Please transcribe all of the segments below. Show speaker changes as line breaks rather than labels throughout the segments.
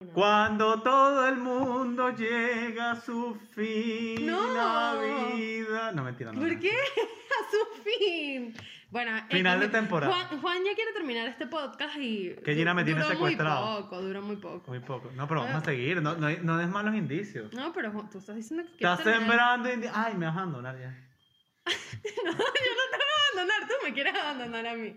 no.
Cuando todo el mundo llega a su fin,
No.
la vida. No, mentira, Ah, no.
¿Por
no.
qué? A su fin. Bueno, eh,
Final de
también-
temporada.
Juan, Juan ya quiere terminar este podcast y.
Que Gina me tiene
duró
secuestrado.
Muy poco, duró muy poco.
Muy poco. No, pero vamos
Ah.
a seguir. No, no, no des malos indicios.
No, pero Juan, tú estás diciendo que quieres
Estás
terminar.
sembrando indi- Ay, me vas a abandonar ya.
No, yo no te voy a abandonar, tú me quieres abandonar a mí.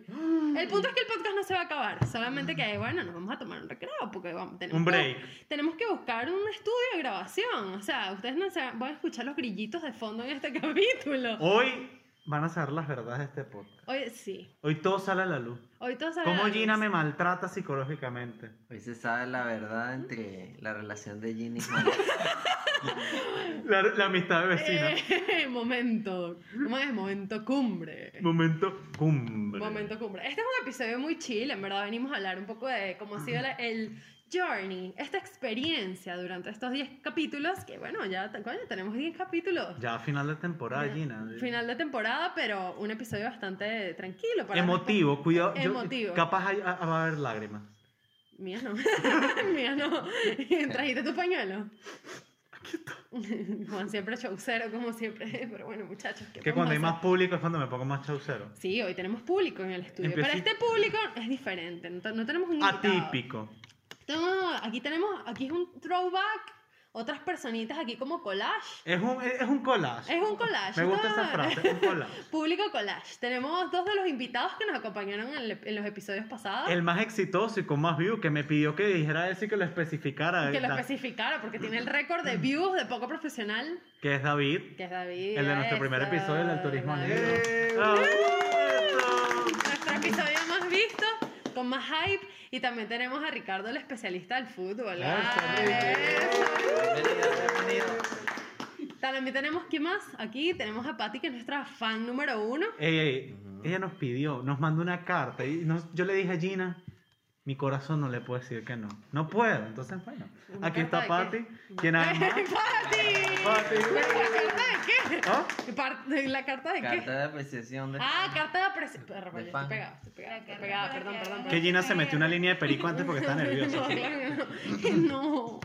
El punto es que el podcast no se va a acabar. Solamente que, bueno, nos vamos a tomar un recreo porque vamos, tenemos,
Un
que-
break.
tenemos que buscar un estudio de grabación. O sea, ustedes no se van van a escuchar los grillitos de fondo en este capítulo.
Oh. Hoy van a saber las verdades de este podcast.
Hoy sí.
Hoy todo sale a la luz.
Hoy todos saben.
Cómo Gina me maltrata psicológicamente.
Hoy se sabe la verdad entre la relación de Ginny y Juan.
La, la amistad de vecina.
Eh, momento. ¿Cómo es? Momento cumbre.
Momento cumbre.
Momento cumbre. Este es un episodio muy chill, en verdad venimos a hablar un poco de cómo ha sido la- el journey, esta experiencia durante estos 10 capítulos, que bueno, ya te- coño, tenemos 10 capítulos.
Ya final de temporada,
Ya,
Gina.
Final de temporada, pero un episodio bastante tranquilo. Para
Emotivo, cuidado. yo-
Emotivo.
capaz hay- ah, va a haber lágrimas.
Mía no. Mía no. Trajiste tu pañuelo. Juan siempre showcero, como siempre. Pero bueno, muchachos. ¿qué
Que
vamos
cuando
a
hay
hacer?
más público es cuando me pongo más chaucero.
Sí, hoy tenemos público en el estudio.
Empecé-
Pero este público es diferente. No, te- no tenemos un invitado.
Atípico.
No, aquí tenemos, aquí es un throwback, otras personitas aquí como collage.
Es un, es un collage.
Es un collage.
Me gusta esa
¿no?
frase, un collage.
Público collage. Tenemos dos de los invitados que nos acompañaron en, el- en los episodios pasados.
El más exitoso y con más views que me pidió que dijera eso y que lo especificara.
que lo
Da-
especificara porque tiene el récord de views de poco profesional,
que es David.
que es David.
El de nuestro
eso,
primer episodio, el del turismo
David.
negro. Ah, ¡Bravo! ¡Eso!
Nuestro episodio más visto, con más hype. Y también tenemos a Ricardo, el especialista del fútbol. Ah,
Eso,
Ah,
Vale, eso.
Bienvenido, bienvenido.
También tenemos, ¿qué más? Aquí tenemos a Patti, que es nuestra fan número uno.
Ey, ey, ella nos pidió, nos mandó una carta y nos- yo le dije a Gina, mi corazón no le puede decir que no. No puedo, entonces bueno.
Una
Aquí está
carta de
Patty,
qué.
quien además...
¡Pati!
Patty.
¿Pero la carta de qué?
¿Ah?
Par- de ¿La carta de
Carta
qué?
de apreciación de
Ah, carta de apreciación. Perro, vaya,
De fan.
estoy pegada, estoy pegada,
La
estoy
carta
pegada,
para
perdón,
que
perdón.
hagas
Que Gina se metió una línea de perico antes porque está nerviosa.
No, claro que no. No.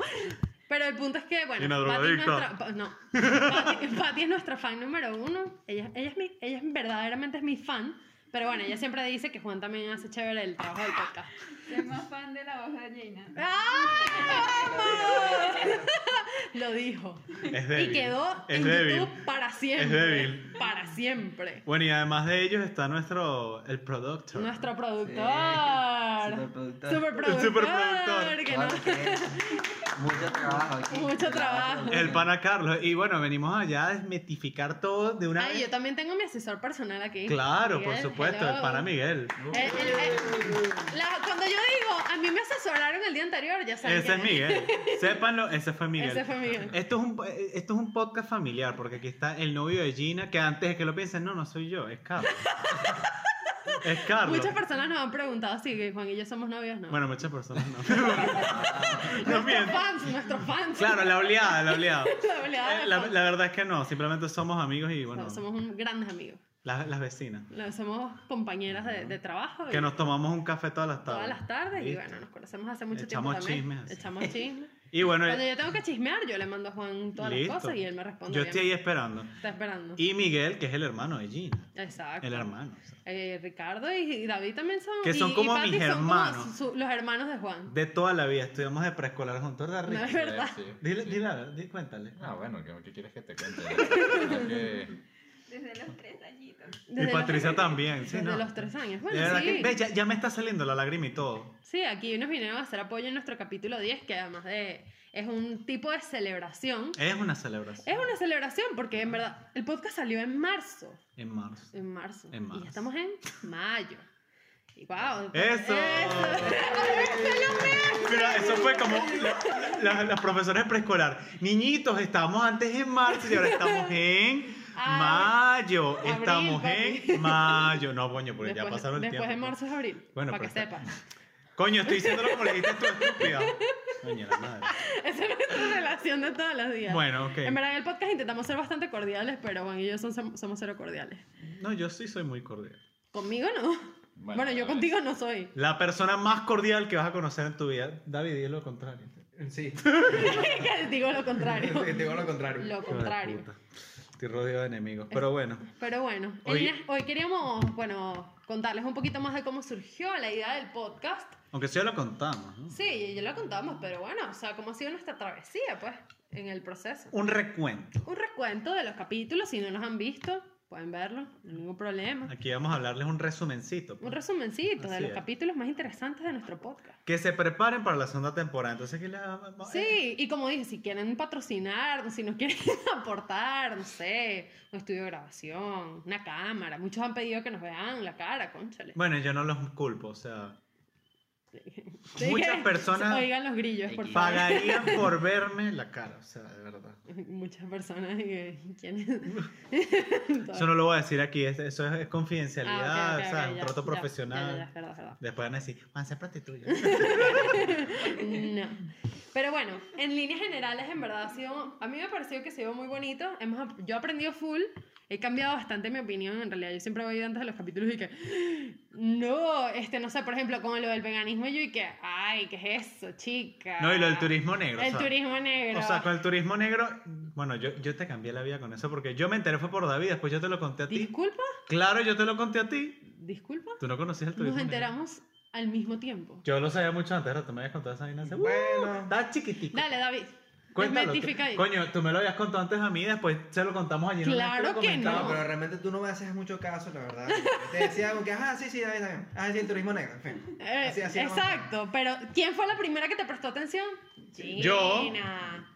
Pero el punto es que,
Y una
bueno, Patty es
drogadicta.
nuestra, pa- no. Patty, Patty es nuestra fan número uno. Ella, ella, es mi, ella es- verdaderamente es mi fan. Pero bueno, ella siempre dice que Juan también hace chévere el trabajo del podcast.
Soy más fan de la voz de Gina.
¡Ah, vamos! Lo dijo.
Es débil.
Y quedó
Es
en
débil.
YouTube para siempre.
Es débil.
Para siempre.
Bueno, y además de ellos está nuestro, el productor.
Nuestro productor.
Superproductor.
Superproductor,
El superproductor.
que no-
Mucho trabajo aquí.
Mucho trabajo.
El pana Carlos. Y bueno, venimos allá a desmetificar todo de una
Ay,
vez.
yo también tengo mi asesor personal aquí.
Claro, por
Miguel,
supuesto,
hello.
el pana Miguel.
El- el- el- la- cuando yo digo, a mí me asesoraron el día anterior, ya saben.
Ese
quién
es Miguel. Sépanlo, ese fue Miguel.
Ese fue Miguel.
Esto es, un, esto es un podcast familiar, porque aquí está el novio de Gina, que antes de que lo piensen, no, no soy yo, es Carlos. es Carlos.
Muchas personas nos han preguntado si que Juan y yo somos novios, ¿no?
Bueno, muchas personas no. no
nuestros
miento.
fans, nuestros fans.
Claro, la oleada, la oleada.
La oleada de
Eh, la,
fans.
la verdad es que no, simplemente somos amigos y bueno,
No, somos un- grandes amigos.
las, las vecinas.
No, somos compañeras de, de trabajo. y
Que nos tomamos un café todas las tardes.
Todas las tardes y
Listo.
bueno, nos conocemos hace mucho
Echamos
tiempo también.
chismes, así.
Echamos chismes.
Y bueno,
Cuando
eh,
yo tengo que chismear, yo le mando a Juan todas
listo.
las cosas y él me responde.
Yo
bien.
estoy ahí esperando.
Está esperando.
Y Miguel, que es el hermano de Gina.
Exacto.
El hermano. o sea.
Eh, Ricardo y y David también son.
Que son
y- y
como
Patty
mis
son como
hermanos.
su- los hermanos de Juan.
De toda la vida, estudiamos de preescolar juntos, ¿verdad?
No es
Ricky?
verdad.
Sí,
Dile,
sí.
dile, a ver, di- cuéntale.
Ah, bueno, ¿qué, qué quieres que te cuente? Creo que-
Desde los tres añitos.
Desde
y Patricia
los,
también, sí,
Desde
¿no?
los tres años.
De verdad
Bueno, sí.
que- ve, ya, ya me está saliendo la lágrima y todo.
Sí, aquí nos vinieron a hacer apoyo en nuestro capítulo 10, que además de. Es un tipo de celebración.
Es una celebración.
Es una celebración porque en verdad el podcast salió en marzo.
En marzo.
En marzo.
En marzo.
Y ya estamos en mayo. Y wow.
¡Eso! Mira, eso fue como la- la- los profesores de preescolar. Niñitos, estábamos antes en marzo y ahora estamos en
Ay.
mayo.
Abril,
estamos
papi.
en mayo. No, coño, porque ya
Después-
pasaron el tiempo. pues.
Después de marzo es abril.
Bueno, pues.
para que
pero está-
sepas.
Coño, estoy diciéndolo como le dijiste tú, estúpida. Coño, la madre.
Esa es nuestra relación de todos los días.
Bueno, ok.
En verdad, en el podcast intentamos ser bastante cordiales, pero Juan y yo son- som- somos cero cordiales.
No, yo sí soy muy cordial.
Conmigo no. Bueno,
Bueno,
yo
a
contigo no soy.
La persona más cordial que vas a conocer en tu vida. David, di lo contrario.
Sí,
Que digo lo contrario.
te digo lo contrario.
Lo contrario.
Hijo de puta. Estoy rodeado de enemigos. Pero bueno,
Pero bueno, en
Hoy-
líneas- hoy queríamos, bueno, contarles un poquito más de cómo surgió la idea del podcast.
aunque sea lo contamos. ¿no?
Sí, ya lo contamos, pero bueno, o sea, cómo ha sido nuestra travesía, pues, en el proceso.
Un recuento.
Un recuento de los capítulos, si no los han visto, pueden verlo, no hay ningún problema.
Aquí vamos a hablarles un resumencito. pues.
Un resumencito de
Así
los
es.
capítulos más interesantes de nuestro podcast.
Que se preparen para la segunda temporada. Entonces, que la...
Sí,
Eh,
y como dije, si quieren patrocinar, si nos quieren aportar, no sé, un estudio de grabación, una cámara, muchos han pedido que nos vean la cara, conchale.
Bueno, yo no los culpo, o sea,
Sí,
muchas
que-
personas
Oigan los grillos, por
X.
favor.
pagarían por verme la cara, o sea, de verdad.
Muchas personas que. ¿Quiénes?
Eso no lo voy a decir aquí, es- eso es, es
Ah,
confidencialidad,
ok, ok,
o sea,
ok,
un
ya,
trato
ya,
profesional.
ya, Ah. ya, es verdad, es verdad.
Después van a decir, van a ser prostituyas.
No. Pero bueno, en líneas generales, en verdad, ha sido, a mí me ha parecido que ha sido muy bonito. Hemos, ap- yo he aprendido full. He cambiado bastante mi opinión, en realidad. Yo siempre voy antes de los capítulos y que, no, este, no sé, por ejemplo, con lo del veganismo, yo y que, ay, ¿qué es eso, chica?
No, y lo del turismo negro.
El
o sea,
turismo negro.
O sea, con el turismo negro, bueno, yo, yo te cambié la vida con eso porque yo me enteré fue por David, después yo te lo conté a ti.
Disculpa,
Claro, yo te lo conté a ti.
disculpa.
Tú no conocías el turismo
Nos
negro.
enteramos al mismo tiempo.
Yo lo sabía mucho antes, ahora tú me habías contado esa vaina. hace-
Bueno,
Está chiquitico.
Dale, David.
Cuéntalo.
desmentifica ahí.
Coño, tú me lo habías contado antes a mí, después se lo contamos allí.
Claro que
no,
no.
pero realmente tú no me haces mucho caso, la verdad. Yo Te decía algo que, ah, sí, sí, David, David. Ah, sí, el turismo negro, en fin.
Eh,
Así- así nomás.
exacto, pero ¿quién fue la primera que te prestó atención?
Yo.
Gina.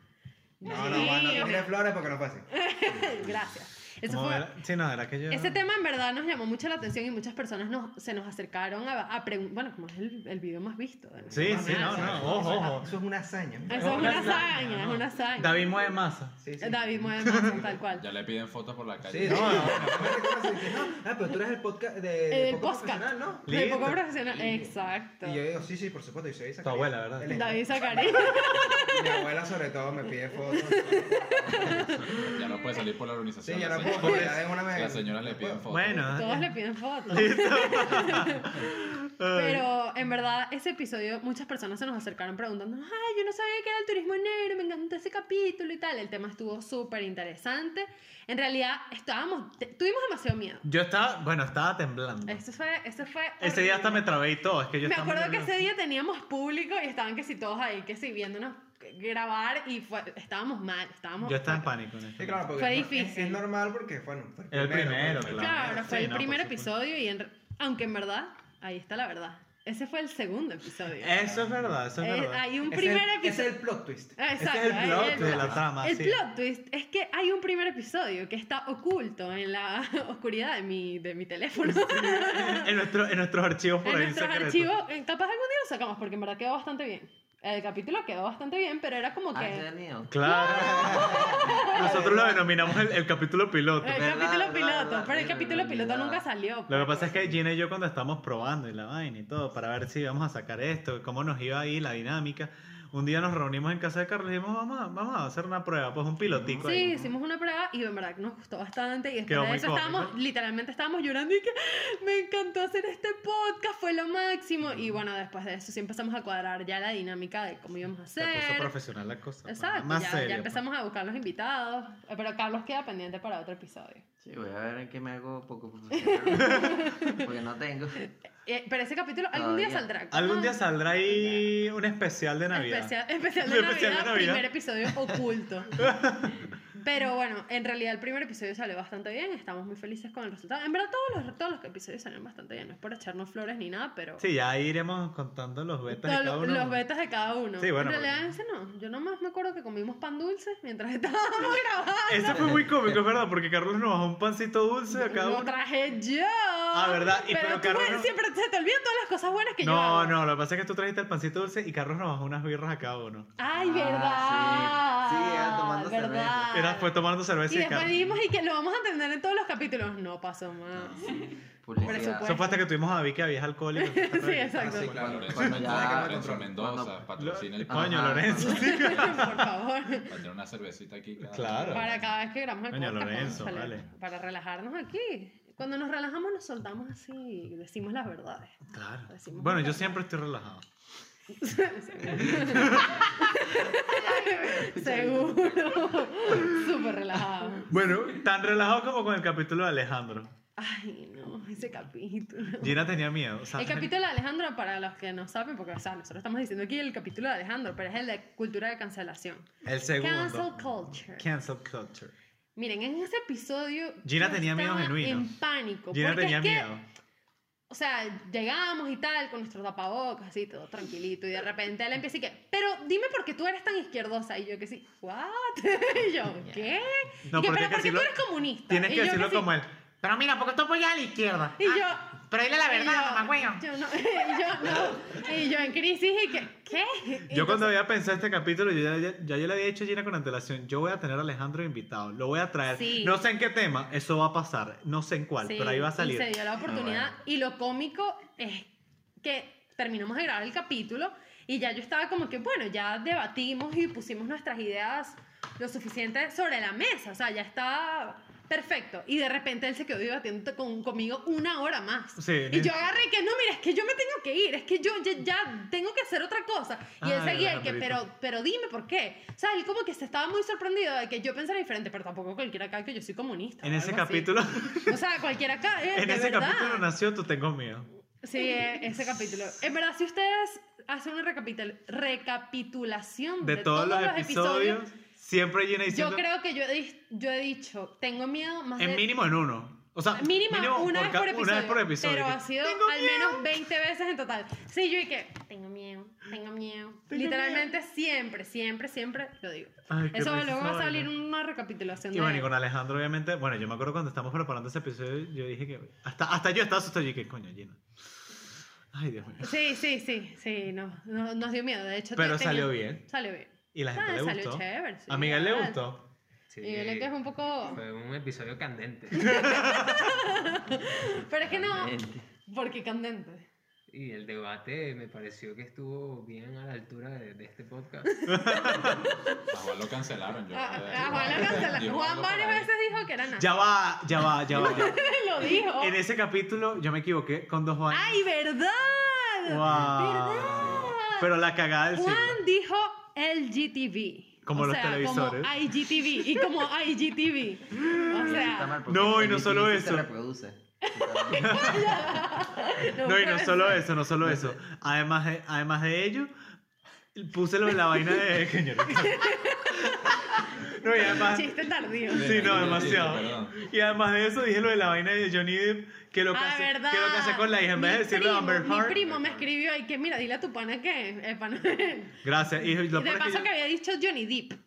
No, no, no, no
Gina.
te tires flores porque no fue así.
Gracias. Eso
Eso
fue-
Sí, no, era que yo...
Ese tema en verdad nos llamó mucho la atención y muchas personas nos, se nos acercaron a, a preguntar, bueno, como es el, el video más visto. de nuestro
Sí,
canal,
sí, no,
o sea,
no, Oh, ojo, ojo.
Eso es una hazaña.
Eso es una
Una hazaña,
hazaña, es
¿no?
una hazaña.
David mueve masa.
Sí, sí.
Eh, David Moedman, tal cual.
Ya le piden fotos por la
Sí,
calle.
no,
No,
no, no. Ah, pero tú eres el podcast de,
El
podcast
podcast.
profesional, ¿no?
De poco
Listo.
profesional, exacto.
Y yo digo, sí, sí, por supuesto, y soy Zacarías.
abuela, ¿verdad?
Él es-
David Zacarías.
Mi abuela sobre todo me pide fotos.
Ya no puede salir por la organización.
Sí, ya
la
la puedo
señora-
ya de una vez.
Las señoras le piden fotos.
Bueno.
Todos
eh,
le piden fotos.
ay.
Pero en verdad, ese episodio, muchas personas se nos acercaron preguntando, ay, yo no sabía que era el turismo negro, me encantó ese capítulo y tal. El tema estuvo súper interesante. En realidad, estábamos, te- tuvimos demasiado miedo.
Yo estaba, bueno, estaba temblando.
Eso fue, eso fue
Ese día hasta me
horrible.
trabé y todo. Es que yo
Me
estaba muy
acuerdo que
nervioso.
ese día teníamos público y estaban que si todos ahí, que si viéndonos grabar y fue- estábamos mal, estábamos...
Yo estaba en pánico. En
Sí, claro, porque
Fue
es-
difícil.
Es, es normal porque, bueno, fue
El primero,
pues.
claro.
Claro, fue
Sí,
el
no,
primer
por supuesto.
episodio y en re- aunque en verdad, ahí está la verdad. Ese fue el segundo episodio.
Eso es verdad, eso es
Eh,
verdad.
hay un
Es
primer
el-
episodio.
Es el plot twist.
Ese
Exacto,
es el
ahí-
plot
el
de la
plot.
trama.
El
sí.
plot twist es que hay un primer episodio que está oculto en la oscuridad de mi, de mi teléfono.
En, nuestro- en nuestros archivos por
en
ahí.
nuestros
secretos.
archivos, eh, capaz algún día lo sacamos porque en verdad quedó bastante bien. El capítulo quedó bastante bien, pero era como que...
Ah, ya ni-
Claro. Nosotros lo denominamos el, el capítulo piloto.
El
Verdad,
capítulo
verdad,
piloto,
verdad,
pero el
sí,
capítulo
verdad,
piloto
verdad.
nunca salió.
Lo que pasa es que Gina y yo cuando estábamos probando y la vaina y todo, para ver si íbamos a sacar esto, cómo nos iba ahí la dinámica, un día nos reunimos en casa de Carlos y dijimos, vamos a, vamos a hacer una prueba, pues un pilotico
Sí,
ahí.
hicimos una prueba y en verdad nos gustó bastante. Y después
Quedó
de
muy
eso
cómico.
estábamos, literalmente estábamos llorando y que "Ah, me encantó hacer este podcast, fue lo máximo. Y bueno, después de eso sí empezamos a cuadrar ya la dinámica de cómo íbamos a
Se puso
hacer.
profesional la cosa. pues,
Exacto,
Más
ya, ya
serio. pues.
empezamos a buscar los invitados. Eh, Pero Carlos queda pendiente para otro episodio.
Sí, voy a ver en qué me hago poco profesional. porque no tengo.
Eh, pero ese capítulo algún día
Todavía.
saldrá. Ah,
Algún día saldrá ahí un especial de Navidad.
Especial, especial de
Un especial de
Navidad,
Navidad.
primer episodio oculto. Pero bueno, en realidad el primer episodio salió bastante bien, estamos muy felices con el resultado. En verdad todos los, todos los episodios salieron bastante bien, no es por echarnos flores ni nada, pero
Sí, ya ahí iremos contando los betas de
todos
cada
los-
uno.
los betas de cada uno.
Sí, bueno,
en realidad
porque-
ese no, yo nomás me acuerdo que comimos pan dulce mientras estábamos grabando.
Eso fue muy cómico, es verdad, porque Carlos nos bajó un pancito dulce a cada
Lo
uno.
traje yo.
Ah, ¿verdad? Y
pero
pero
tú eh,
Carlos no-
siempre se te olvidan todas las cosas buenas que yo
No,
hago.
no, lo que pasa es que tú trajiste el pancito dulce y Carlos nos bajó unas birras a cada uno.
Ay, verdad.
Ah, sí. Sí, era tomando cerveza.
verdad.
Era, fue tomando cerveza
Ah. Y
y,
después
Carlos.
dijimos y que lo vamos a entender en todos los capítulos. No pasó más.
Publicidad.
supuesto.
Eso fue hasta que tuvimos a David que había alcohólico. que está
Sí,
re-
exacto.
Ah, sí,
Bueno,
claro.
Lorenzo
Cuando ya-
Mendoza, Lorenzo ah, Mendoza,
cuando-
patrocina el
Ajá.
Coño, Lorenzo. sí.
Por favor.
Va a tener una cervecita aquí. cada-
Claro.
Para cada vez que grabamos el
Coño,
podcast,
Lorenzo,
cónchale,
vale.
para relajarnos aquí. Cuando nos relajamos nos soltamos así y decimos las verdades.
Claro.
Decimos
Bueno,
que-
yo siempre estoy relajado. Bueno, tan relajado como con el capítulo de Alejandro.
Ay, no, ese capítulo.
Gina tenía miedo. o sea,
El capítulo de Alejandro, para los que no saben, porque o sea, nosotros estamos diciendo aquí el capítulo de Alejandro, pero es el de cultura de cancelación.
El segundo.
Cancel culture.
Cancel culture.
Miren, en ese episodio.
Gina
yo
tenía miedo
estaba
genuino.
En pánico.
Gina
Pues porque
tenía
es que,
miedo.
O sea, llegamos y tal, con nuestro tapabocas, así, todo tranquilito. Y de repente él empieza y que, pero dime por qué tú eres tan izquierdosa. Y yo que sí, ¿what? y yo, ¿qué?
No,
y
porque
que,
hay que
pero ¿por qué tú
decirlo-
eres comunista?
Tienes
Y
que
yo
decirlo
sí.
como él. Pero mira, porque tú apoyas a la izquierda.
Y yo.
Ah, Pero dile la
y yo- Yo no, y yo no. Y yo en crisis y que, ¿qué?
Yo cuando
Entonces-
había pensado este capítulo, yo ya, ya- ya yo le había dicho a Gina con antelación, yo voy a tener a Alejandro invitado, lo voy a traer.
Sí.
No sé en qué tema, eso va a pasar, no sé en cuál,
Sí,
pero ahí va a
Y
salir. Ah,
se dio la oportunidad. Y lo cómico es que terminamos de grabar el capítulo y ya yo estaba como que, bueno, ya debatimos y pusimos nuestras ideas lo suficiente sobre la mesa. O sea, ya estaba perfecto. Y de repente él se quedó debatiendo con, conmigo una hora más.
Sí.
Y yo agarré y que, no, mira, es que yo me tengo que ir, es que yo ya, ya tengo que hacer otra cosa. Y él
Ay,
seguía y que,
Alejandrito.
pero, pero dime por qué. O sea, él como que se estaba muy sorprendido de que yo pensara diferente, pero tampoco cualquiera acá que yo soy comunista.
En
o
ese
algo así.
capítulo,
O sea, cualquiera acá. eh,
en
de
ese
verdad.
capítulo nació tú tengo miedo.
Sí, eh, ese capítulo. En verdad, si ustedes hacen una recapitul- recapitulación
De, todos, los, episodios, siempre Gina diciendo,
yo creo que yo he, dis- yo he dicho, tengo miedo más
en
de.
mínimo en uno. O sea,
mínimo una, vez
ca-
por episodio,
una vez por episodio.
Pero
que,
ha sido
"Tengo
al
miedo".
menos 20 veces en total. Sí, yo y que tengo miedo, tengo miedo.
Tengo
Literalmente siempre, siempre, siempre lo digo.
Ay, qué
Eso
risa esa
luego va
vaina.
a salir una recapitulación.
Y
de-
bueno, y con Alejandro, obviamente, bueno, yo me acuerdo cuando estábamos preparando ese episodio, yo dije que. Hasta, hasta yo estaba asustado y que coño, Gina. Ay, Dios mío.
Sí, sí, sí, sí, no, no- nos dio miedo. De hecho,
Pero
te- tenía-
salió bien.
Salió bien.
Y la gente
Ah,
le
salió
gustó.
chévere, sí.
a Miguel le
Ah,
gustó.
Y yo le que es un poco.
Fue un episodio candente.
Pero es que no.
Realmente.
Porque candente.
Y el debate me pareció que estuvo bien a la altura de, de este podcast.
A Juan lo cancelaron. Yo,
A, a- a Ah, Juan lo cancelaron. Juan varias veces dijo que era nada.
Ya va, ya va, ya va. ya
lo dijo.
va. En ese capítulo yo me equivoqué con dos años.
¡Ay, verdad!
Wow.
¡Verdad!
Pero la cagada del siglo.
Juan dijo LGTV.
Como
o
los
sea,
televisores.
Como IGTV. Y como IGTV. O
Está
sea.
mal, porque
No, y
el
no solo
IGTV
eso.
Se reproduce.
No, y no
puede
solo
ser.
eso, no solo eso. Además de, además de ello, puse lo de la vaina de. Coño, No, y además.
Chiste tardío.
Sí, no, demasiado.
Perdón.
Y además de eso, dije lo de la vaina de Johnny Depp, que lo que,
Ah,
hace, que
verdad.
lo que hace con la hija, en vez de
Mi
decirlo a
primo-
Amber Heard.
Mi primo me escribió y que, mira, dile a tu pana que. el pana-
Gracias. Y
Y
lo
de
peor es que
paso
yo-
que había dicho Johnny Depp.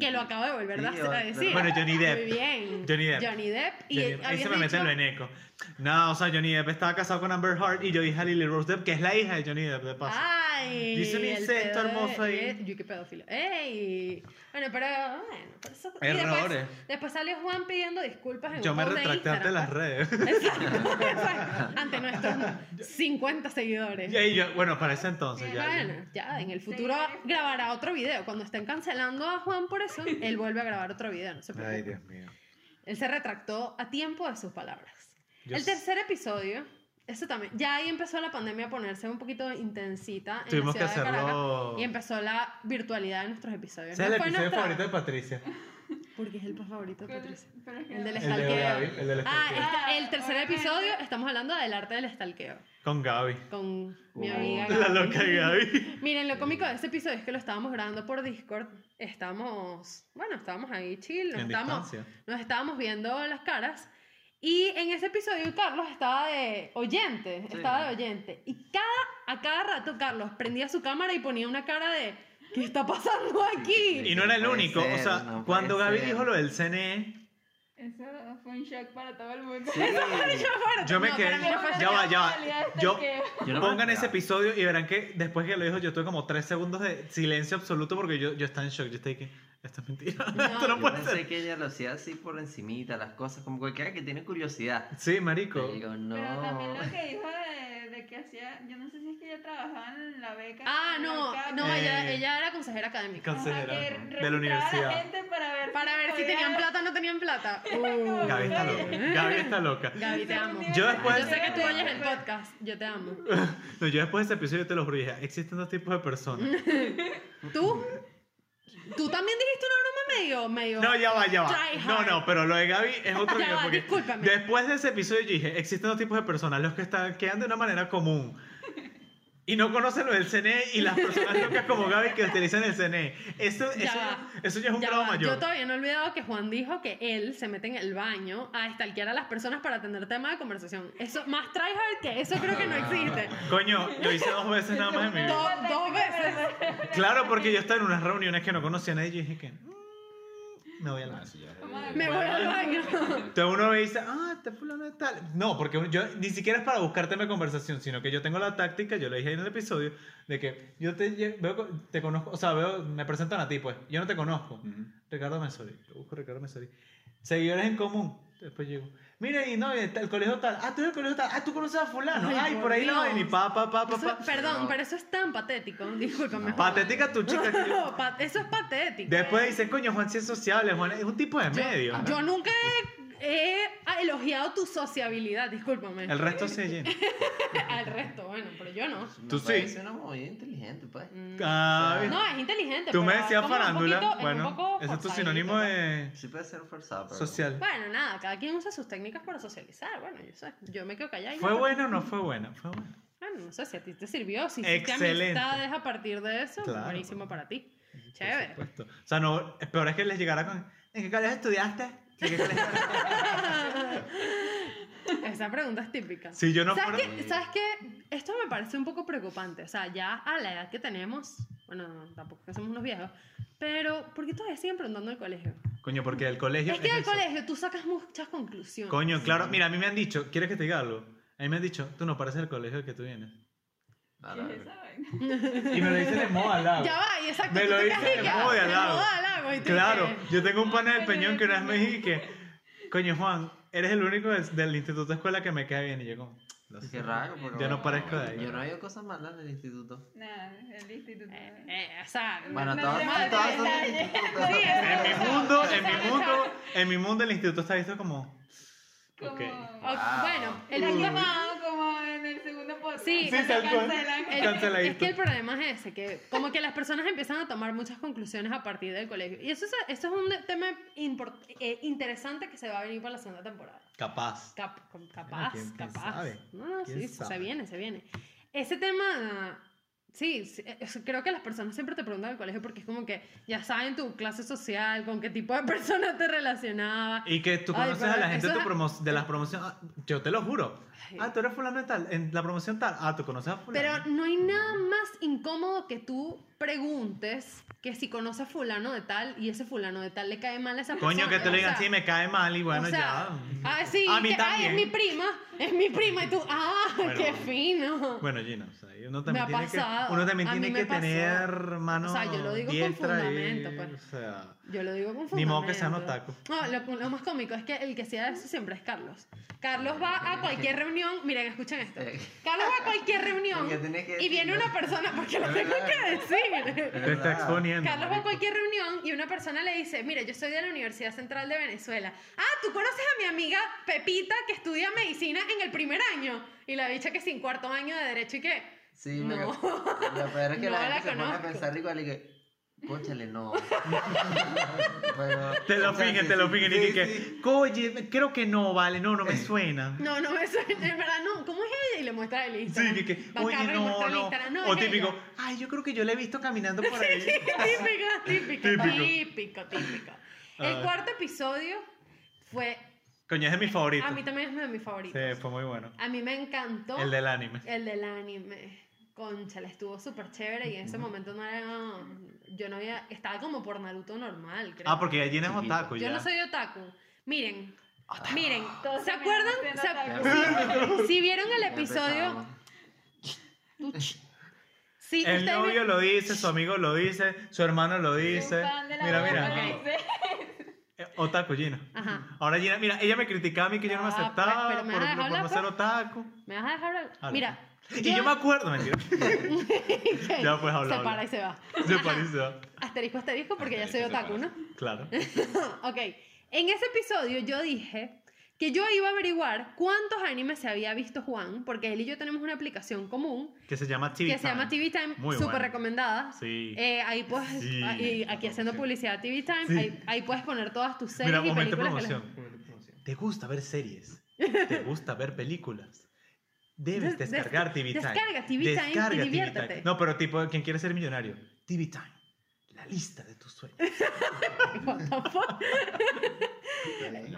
Que lo acabo de volver a
Sí,
hacer- a
o-
decir.
Bueno, Johnny Depp.
Muy bien.
Johnny Depp.
Johnny Depp. Y
Johnny Depp. Ahí
habías
se me mete
dicho-
lo en eco. No, o sea, Johnny Depp estaba casado con Amber Heart y yo dije a Lily Rose Depp, que es la hija de Johnny Depp, de paso.
Ah, Ay.
Yo hice un
el
incesto
pedo de-
hermoso ahí.
eh, Yo qué pedófilo. ¡Ey! Bueno, pero bueno. pero eso- y
Errores.
Después, después salió Juan pidiendo disculpas en
yo
un
me
post de
retracté ante las
Instagram.
redes.
Exacto, exacto. Ante nuestros 50 seguidores.
y ahí yo, bueno, para ese entonces ya.
Bueno, ya, en el futuro
Seguidores.
grabará otro video. Cuando estén cancelando a Juan por eso, él vuelve a grabar otro video. No se preocupen.
mío.
Él se retractó a tiempo de sus palabras.
Yo
el
sé.
tercer episodio, eso también, ya ahí empezó la pandemia a ponerse un poquito intensita. En
Tuvimos que
la ciudad de Caracas,
hacerlo.
Y empezó la virtualidad de nuestros episodios.
Ese es el
No
episodio
fue nuestra-
favorito de Patricia.
Porque es el favorito de Patricia.
Pero es que
El
no-
del
El de Gaby.
estalqueo.
El del
Ah,
estalqueo.
esta- el tercer
Obviamente.
episodio, estamos hablando del arte del estalqueo.
Con Gaby.
Con mi
Oh.
amiga.
Uh. La
Gaby.
loca Gaby.
Miren, lo cómico de ese episodio es que lo estábamos grabando por Discord. Estábamos, bueno, estábamos ahí chill, nos
En
estábamos
distancia.
nos estábamos viendo las caras y en ese episodio Carlos estaba de oyente, estaba de oyente y cada a cada rato Carlos prendía su cámara y ponía una cara de ¿qué está pasando aquí?
Y no era el
No puede
único. o
ser,
sea,
no puede
cuando Gaby
ser.
dijo lo del E, CNE,
Eso fue un shock para todo el mundo.
Yo me
No,
quedé.
para mí no fue
Ya va, ya va. Yo,
Yo no me
pongan ese
lo esperaba.
episodio y verán que después que lo dijo, yo tuve como tres segundos de silencio absoluto porque yo, yo estaba en shock. Yo estaba que esto es mentira. esto no
Yo
puede
pensé
ser.
que ella lo hacía así por encimita, las cosas, como cualquiera que tiene curiosidad.
Sí,
Yo
marico.
digo, no.
Pero también lo que dijo de, de que hacía, yo no sé si es que ella trabajaba en la beca.
Ah,
en
no,
la
no,
CAP,
ella,
Eh.
ella era consejera académica.
ajá,
Consejera
que
de la
registraba A la
universidad.
gente para ver
Para ver si
podía-
tenían plata o no tenían plata. Uh,
Gaby está loca. Gaby está loca.
Gaby, te amo.
Yo después-
Yo sé que tú oyes el podcast, yo te amo.
No, yo después de ese episodio te lo juro. dije, Existen dos tipos de personas.
¿Tú? ¿Tú también dijiste una broma medio, medio.
No, ya va, ya va.
Try
No,
hard.
no, pero lo de Gaby es otro
Ya
nivel,
va,
porque
discúlpame.
Después de ese episodio yo dije, existen dos tipos de personas, los que están, quedan de una manera común y no conocen lo del CNE y las personas locas como Gaby que utilizan el CNE. Eso,
Ya
eso,
va.
eso ya es un
Ya
grado
va, Yo
mayor.
todavía no he olvidado que Juan dijo que él se mete en el baño a stalkear a las personas para tener tema de conversación. Eso, más tryhard que eso creo que no existe.
Coño, lo hice dos veces nada más en mi vida.
Do- dos veces.
Claro, porque yo estaba en unas reuniones que no conocía a nadie y yo dije que... mm, me voy a la...
Ah, sí, ya.
Me voy al baño.
Entonces uno ve y dice, ah, este fulano es tal. No, porque yo ni siquiera es para buscar tema de conversación, sino que yo tengo la táctica, yo lo dije en el episodio, de que yo te lle- veo, con- te conozco, o sea, veo, me presentan a ti, pues, yo no te conozco.
Ujú.
Ricardo Mesori, yo busco Ricardo Mesori. Seguidores en común, después llego. Mira, y no, el colegio tal, ah, tú eres el colegio tal, ah, tú conoces a fulano,
Ay,
ay,
por
por ahí
Dios.
la ven y pa, pa, pa, pa,
Eso-
pa.
perdón, pero eso es tan patético. Discúlpame.
Ah,
Juan.
No.
Patética tu chica. que yo-
Pa- eso es patético.
Después dicen, coño, Juan sí es sociable, Juan es un tipo de medio.
Yo nunca he, he elogiado tu sociabilidad, discúlpame.
El resto se llena.
Al resto, bueno, pero yo no.
Me
Tú sí.
parece una movida inteligente, pues.
Mm.
Ah, Ay.
No, es inteligente.
Tú me
pero
decías
como un
farándula.
poquito- es un
bueno,
poco
ese es tu
forzadito,
sinónimo
¿no?
de
Sí puede ser forzado, pero...
social.
Bueno, nada, cada quien usa sus técnicas para socializar. Bueno, yo sé, yo me quedo callada. y
¿Fue
no-
buena o no fue buena? Fue buena.
Bueno, no sé si a ti te sirvió, si hiciste
Excelente.
amistades a partir de eso,
Claro.
buenísimo para ti.
Por
Chévere.
supuesto. O sea, no, es peor es que les llegara con. ¿En qué colegio estudiaste? ¿En qué colegio estudiaste?"
Esa pregunta es típica.
si yo no fuera.
¿Sabes, qué? ¿Sabes qué? Esto me parece un poco preocupante. O sea, ya a la edad que tenemos, bueno, no, tampoco que somos unos viejos, pero ¿por qué todavía siguen preguntando el colegio?
Coño, porque el colegio.
es que del
eso.
colegio tú sacas muchas conclusiones.
Coño, claro. Mira, a mí me han dicho, ¿quieres que te diga algo? A mí me han dicho, tú no pareces el colegio que tú vienes.
No, no,
¿Qué es
no.
esa vaina?
Y me lo dicen en modo al lado.
Ya va, y exacto.
Me
tú
lo
te
dicen
quedas
de
y que,
modo de
ah,
al lado.
modo de al lado, y tú
Claro,
dices,
yo tengo un pana del
Ay, coño,
Peñón que una vez me
qué
dije que, coño Juan, eres el único del, del instituto de escuela que me queda bien. Y yo como, "Lo sé".
Qué raro, porque...
Yo no parezco de ahí.
Yo no he oído cosas malas en el instituto.
Nada, el instituto.
eh, eh, o sea,
Bueno,
No,
todas
no, no,
todas son
no,
del
no,
instituto.
sí, es
En mi
Exacto,
mundo, en mi
exacto.
mundo, en mi mundo el instituto está visto como.
Como...
Ok.
ok,
Ah.
bueno, el
El año
problema-
pasado, como en el segundo podcast.
Sí,
que
sí,
tal cual.
cancelan.
el-
Canceladito.
es que el problema es ese, que como que las personas empiezan a tomar muchas conclusiones a partir del colegio. Y eso es, eso es un tema import- eh, interesante que se va a venir para la segunda temporada.
Capaz.
Cap- com- capaz,
¿quién- quién
capaz.
sabe?
No, no,
¿Quién
sí, se
sabe?
viene, se viene. Ese tema, sí, sí, es- creo que las personas siempre te preguntan al colegio porque es como que ya saben tu clase social, con qué tipo de personas te relacionabas.
Y que tú
Ay,
conoces
pero
a la gente
eso
de,
es- eh.
tu promo- de las promociones. ah, yo te lo juro.
Ay.
Ah, tú eres fulano de tal. En la promoción tal. Ah, tú conoces a fulano.
Pero no hay nada más incómodo que tú preguntes que si conoces a fulano de tal y ese fulano de tal le cae mal a esa persona.
Coño, que te
o
lo digan,
sea,
sí, me cae mal y bueno,
o sea,
ya.
Ah, sí,
A mí
que, ay, es
también.
mi prima, es mi prima. Y tú, ah,
Bueno,
qué
bueno.
fino.
Bueno, Gina, o sea, uno
Me
también
ha
tiene
pasado.
que, uno también
A mí
tiene
me
que
pasó.
tener mano
O sea, yo lo digo con
diestra y-
fundamento, pues.
o sea,
Yo lo digo con
Ni modo que sean
fundamento. No, lo, lo más cómico es que el que sea eso siempre es Carlos. Carlos va a cualquier reunión, miren, escuchen esto.
Eh.
Carlos va a cualquier reunión
Porque tenés que
y viene
decirlo.
una persona porque lo
Es
tengo que
verdad.
decir.
te está
verdad.
exponiendo.
Carlos va a
marico.
cualquier reunión y una persona le dice, mira, yo soy de la Universidad Central de Venezuela. Ah, tú conoces a mi amiga Pepita que estudia medicina en el primer año. Y la bicha que sin cuarto año de derecho y que...
Sí,
No.
porque lo peor es que
No
la
la
gente se pone a
conozco.
pensar igual y que, cónchale, no. Pero,
Te lo
o sea,
fingen,
sí,
te lo
sí,
fingen.
sí,
y que,
sí.
oye, creo que no, vale, no, no me suena.
No, no me suena, en verdad no. ¿Cómo es ella? Y le muestra el
Sí,
Instagram.
que, que,
Va
oye,
Carlos y muestra
no,
el
no.
Instagram.
O
No, es ella.
típico, ay, yo creo que yo la he visto caminando por ahí.
típico, típico,
Típico.
típico, típico. El
Ay.
cuarto episodio fue.
Coño, ese es mi favorito.
A mí también es de mis favoritos.
Sí, fue muy bueno.
A mí me encantó
El del anime.
el del anime. Concha, la estuvo súper chévere y en ese momento no era. Yo no había. Estaba como por Naruto normal, creo.
Ah, porque ya Gina es
Chiquito.
otaku ya.
Yo no soy otaku. Miren. Miren, ¿se
terminamos
acuerdan?
siendo
¿Se
otaku.
ac- si vieron el
Ya
episodio,
empezamos.
sí,
El
ustedes
novio lo dice, su amigo lo dice, su hermano lo dice.
Un fan de la
Mira,
banda
mira.
dice,
Eh, Otaku, Gina.
Ajá.
Ahora Gina, mira, ella me criticaba a mí que yo no me
Ah, pues,
aceptaba
pero me
por,
vas a
por
hablar,
no ser
pues.
otaku.
¿Me vas a dejar hablar?
Habla.
Mira.
Y yo me acuerdo, mentira. Ya, pues, habla,
Se
habla.
para y se va.
Se
Ajá.
pareció.
Asterisco, asterisco, porque ya soy otaku,
Asterisco, se
¿no?
Claro.
ok. En ese episodio yo dije que yo iba a averiguar cuántos animes se había visto Juan, porque él y yo tenemos una aplicación común
Que se llama TV
que se llama TV Time,
Muy
súper
buena.
recomendada.
Sí.
Eh, ahí puedes,
Sí.
ahí- aquí haciendo publicidad a TV Time,
Sí.
ahí, ahí puedes poner todas tus series
Mira,
y
momento de
películas. que les-
promoción. ¿Te gusta ver series? ¿Te gusta ver películas? Debes
Des- des-
descargar TV Time.
descarga TV Time y
Descarga TV
diviértete.
Time. No, pero tipo, quien quiere ser millonario, TV Time. La lista de tus sueños.
What the fuck?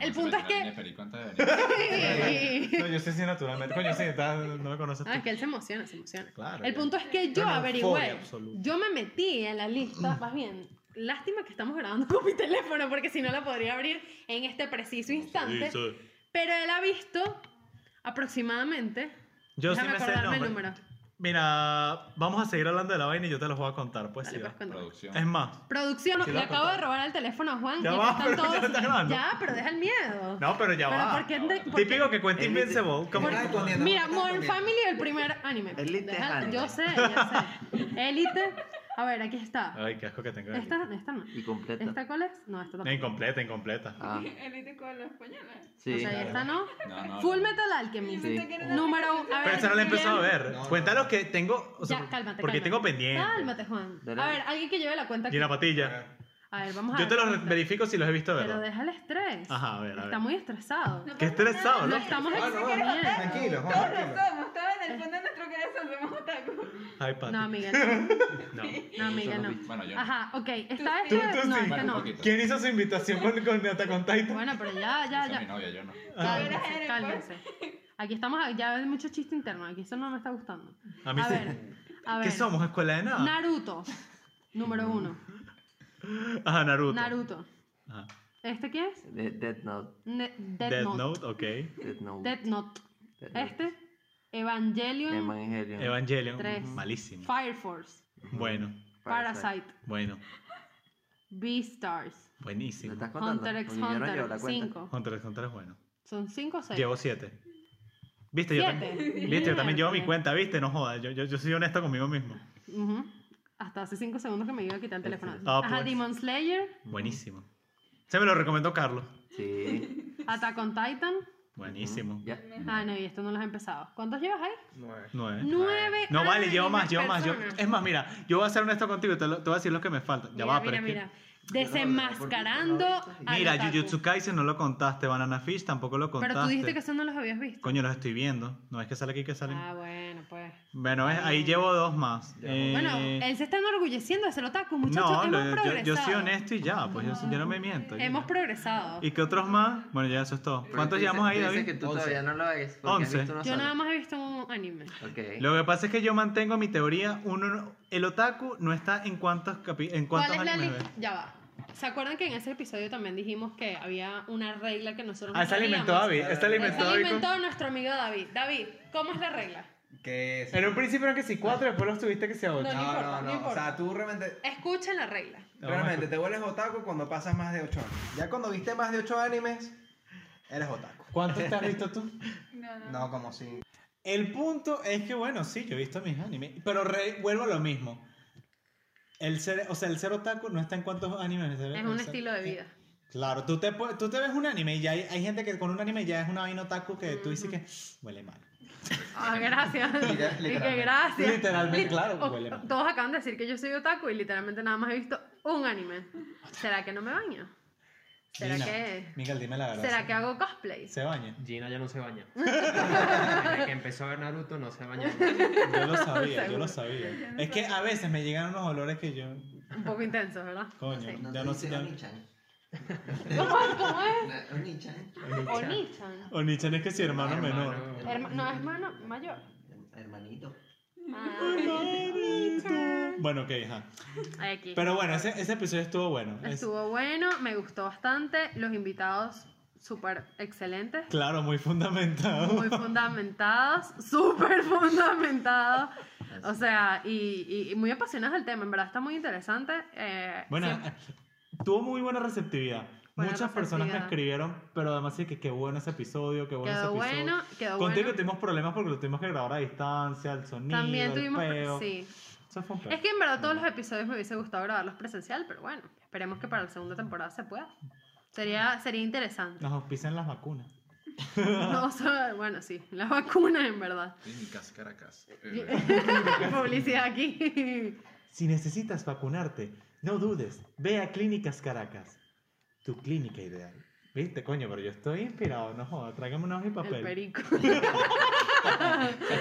El punto es que-
No, yo sé si naturalmente. Coño, sí, está- no me conoces.
Ah, es
tú.
que él se emociona, se emociona.
Claro.
El
ya.
punto es que yo
Una euforia
averigüé.
absoluta.
Yo me metí en la lista, más bien. Lástima que estamos grabando con mi teléfono porque si no la podría abrir en este preciso instante.
Sí, sí.
Pero él ha visto aproximadamente.
Yo sí me
déjame
sé el
acordarme
nombre.
número.
Mira, vamos a seguir hablando de la vaina y yo te los voy a contar. Pues
Dale,
sí,
pues,
va.
cuéntame.
Producción.
Es más,
Producción,
Sí,
le
la
acabo de
contaron.
robar el teléfono a Juan.
Ya
y
va,
están
pero ya
todos-
lo estás grabando.
Ya, pero deja el miedo.
no, pero ya
pero
va.
¿por qué te- por qué-
Típico que cuenta
Él-
Invincible. como-
Por- Mira, Modern Family, el primer anime.
Elite
Deja-
es anime.
Yo sé, ya sé. Elite. A ver, aquí está.
Ay, qué asco que tengo.
Esta, esta no.
Y completa.
¿Esta cuál es? No, esta
No,
tampoco.
incompleta, incompleta.
Ah,
Elite con los pañuelos.
O
sí.
sea, y esta no.
No, no,
Full
no.
Metal
Yo
Alchemist.
Sí.
pensé que era una
Número
película.
uno. A
Pero esa no la he
¿quién?
empezado a ver.
No, no.
Cuéntanos que tengo. O sea,
Ya, cálmate.
porque
cálmate.
tengo pendiente.
Cálmate, Juan.
Dale.
A ver, alguien que lleve la cuenta aquí.
Y la patilla.
A ver, vamos a
Yo te
ver.
los verifico si los he visto,
Pero
¿verdad?
deja el estrés.
Ajá, a ver, a ver.
Está muy estresado.
No
Qué
pasa
estresado, ¿no?
nada,
Lo estamos
Ah, no, no,
exprimiendo.
Tranquilo, Juan,
Todos
tranquilo.
lo somos, todos en el fondo de nuestro corazón somos otaku.
Ay, pati.
No, Miguel.
No.
No, Miguel, no.
Bueno, yo. no.
Ajá, ok. Está
Tú-
este.
tú
No,
sí.
este
Bueno, un
no.
poquito.
¿Quién hizo su invitación con, con Ah, Attack on Titan?
Bueno, pero ya, ya,
Esa es mi
ya.
novia, yo no.
Cálmense,
Ajá.
cálmense. Aquí estamos, ya hay mucho chiste interno. Aquí eso no me está gustando.
A mí
A
sí.
ver, a ver.
¿Qué somos? ¿Escuela de nada?
Naruto. Número uno.
Ajá, Naruto.
Naruto.
Ajá.
¿Este qué es?
De- Death Note.
Ne- Death,
Death
Note.
Note, ok.
Death Note.
Death Note.
Death Note.
Este. Evangelion.
Evangelion.
Evangelion.
Tres.
Malísimo.
Fire Force.
Bueno,
Parasite.
bueno.
Beastars.
¿Lo
Buenísimo.
estás contando?
Hunter x
Porque yo no llevo
Hunter.
la cuenta.
Cinco.
Contra el contra es bueno.
¿Son cinco o seis?
Llevo siete. ¿Viste? Yo,
Siete.
también- ¿Viste? yo también llevo mi
Miércoles.
cuenta, ¿viste? No jodas. Yo, yo, yo soy honesto conmigo mismo.
Ujú. Hasta hace cinco segundos que me iba a quitar el teléfono.
Ah,
Ajá,
pues.
Demon Slayer.
Buenísimo. Se me lo recomendó Carlos.
Sí.
Attack on Titan.
Buenísimo.
Ya.
Ah, no, y esto no lo has empezado. ¿Cuántos llevas ahí?
Eh, Nueve.
Nueve.
No vale, llevo más, llevo
animes
más. Yo,
personas.
es más, mira, yo voy a ser honesto contigo, te, lo- te voy a decir los que me faltan. Ya
Mira,
va,
mira,
pero es que-
mira. Desenmascarando. al
Mira,
otaku.
Jujutsu Kaisen no lo contaste, Banana Fish tampoco lo contaste.
Pero tú dijiste que eso no los habías visto.
Coño, los estoy viendo. No es que sale aquí que salen.
Ah, bueno, pues.
bueno, es- ahí llevo dos más. Eh,
Bueno, él se está enorgulleciendo de ser otaku, muchachos.
no,
hemos
lo- yo,
progresado.
yo soy honesto y ya, pues yo, yo no me miento.
Hemos progresado.
¿Y qué otros más? Bueno, ya eso es todo. ¿Cuántos llevamos ahí,
Dice que
David?
tú todavía no lo ves. porque
Once.
Has visto uno
Yo nada
solo.
más he visto un anime.
Ok.
Lo que pasa es que yo mantengo mi teoría, uno, no- el otaku no está en cuántos capi en
¿Cuál
cuántos
es la
animes
lista?
ve.
Ya va. ¿Se acuerdan que en ese episodio también dijimos que había una regla que nosotros
Ah,
nos
se alimentó
sabíamos?
David, está alimentó
Esa la
David. con-
inventó nuestro amigo David. David, ¿cómo es la regla?
¿Qué es?
En un principio eran que sí cuatro, después los tuviste que sea ocho.
No,
No,
importa,
no,
no
no. O
importa.
sea, tú realmente.
Escuchen la regla.
Eh,
Realmente te vuelves otaku cuando pasas más de 8 años. Ya cuando viste más de 8 animes, eres otaku.
¿Cuántos te has visto tú?
No, no.
No, como si.
El punto es que, bueno, sí, yo he visto mis animes, pero re- vuelvo a lo mismo. El ser, o sea, el ser otaku no está en cuántos animes se ve,
Es
o
un
sea,
estilo de
eh,
vida.
Claro, tú te, pu- tú te ves un anime y ya hay, hay gente que con un anime ya es una vaina otaku que tú dices que huele mal.
Ah, gracias. y
Literal-
que
literalmente.
gracias.
Literalmente, claro,
O-
huele mal.
Todos acaban de decir que yo soy otaku y literalmente nada más he visto un anime. ¿Será que no me baño? ¿Será
Dina,
que,
Miguel, dime la verdad.
¿será que hago cosplay?
¿Se baña?
Gina ya no se baña. Desde que empezó a ver Naruto no se baña.
Yo lo sabía, yo
Seguro.
lo sabía. Es que a veces me llegan unos olores que yo...
Un poco intenso, ¿verdad?
Coño,
No
ya
te
no
dice
sé... ya-
Oni-chan.
¿Cómo, cómo es?
No, Oni-chan.
Onichan.
Onichan es que si hermano menor.
Herma- no, es mano mayor.
Hermanito.
Ay,
Bueno, ok, ajá.
Ay, aquí.
Pero bueno, ese, ese episodio estuvo bueno. Es-
Estuvo bueno, me gustó bastante. Los invitados súper excelentes.
claro, muy fundamentado.
Muy fundamentados, súper fundamentados. O sea, y, y- y muy apasionados del tema. En verdad está muy interesante. Eh,
Bueno,
siempre-
tuvo muy buena receptividad.
Buena
Muchas personas me
receptividad.
escribieron, pero además sí que qué bueno ese episodio, qué bueno ese
quedó
episodio.
bueno, quedó
Contigo
bueno.
tuvimos problemas porque lo tuvimos que grabar a distancia, el sonido,
También
el
tuvimos.
peo.
Sí.
Eso fue un peo.
Es que en verdad todos los episodios me hubiese gustado grabarlos presencial, pero bueno, esperemos que para la segunda temporada se pueda. Sería, sería interesante.
Nos auspician las vacunas.
No, o sea, bueno, sí, las vacunas en verdad.
Clínicas Caracas. Eh,
Publicidad aquí.
Si necesitas vacunarte, no dudes, ve a Clínicas Caracas. Tu clínica ideal. ¿Viste, coño? Pero yo estoy inspirado, no jodas. Tráigame una hoja y
El
papel.
perico.
ese perico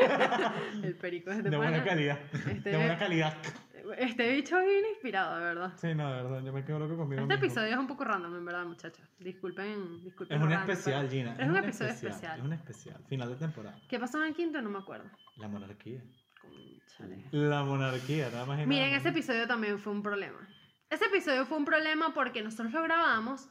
estaba bueno.
El perico es de,
De buena
pana.
calidad.
Este,
De buena calidad.
este bicho es bien inspirado, de verdad.
Sí, no, de verdad, yo me quedo loco conmigo.
Este
mismo.
episodio es un poco random, en verdad, muchachos. Disculpen, disculpen.
Es
lo
un
random,
especial,
pero-
Gina.
Es un episodio especial.
Es un especial. Final de temporada.
¿Qué pasó en el quinto? No me acuerdo.
La monarquía.
Cónchale.
La monarquía, nada más y nada
Miren,
menos.
ese episodio también fue un problema. Ese episodio fue un problema porque nosotros lo grabamos.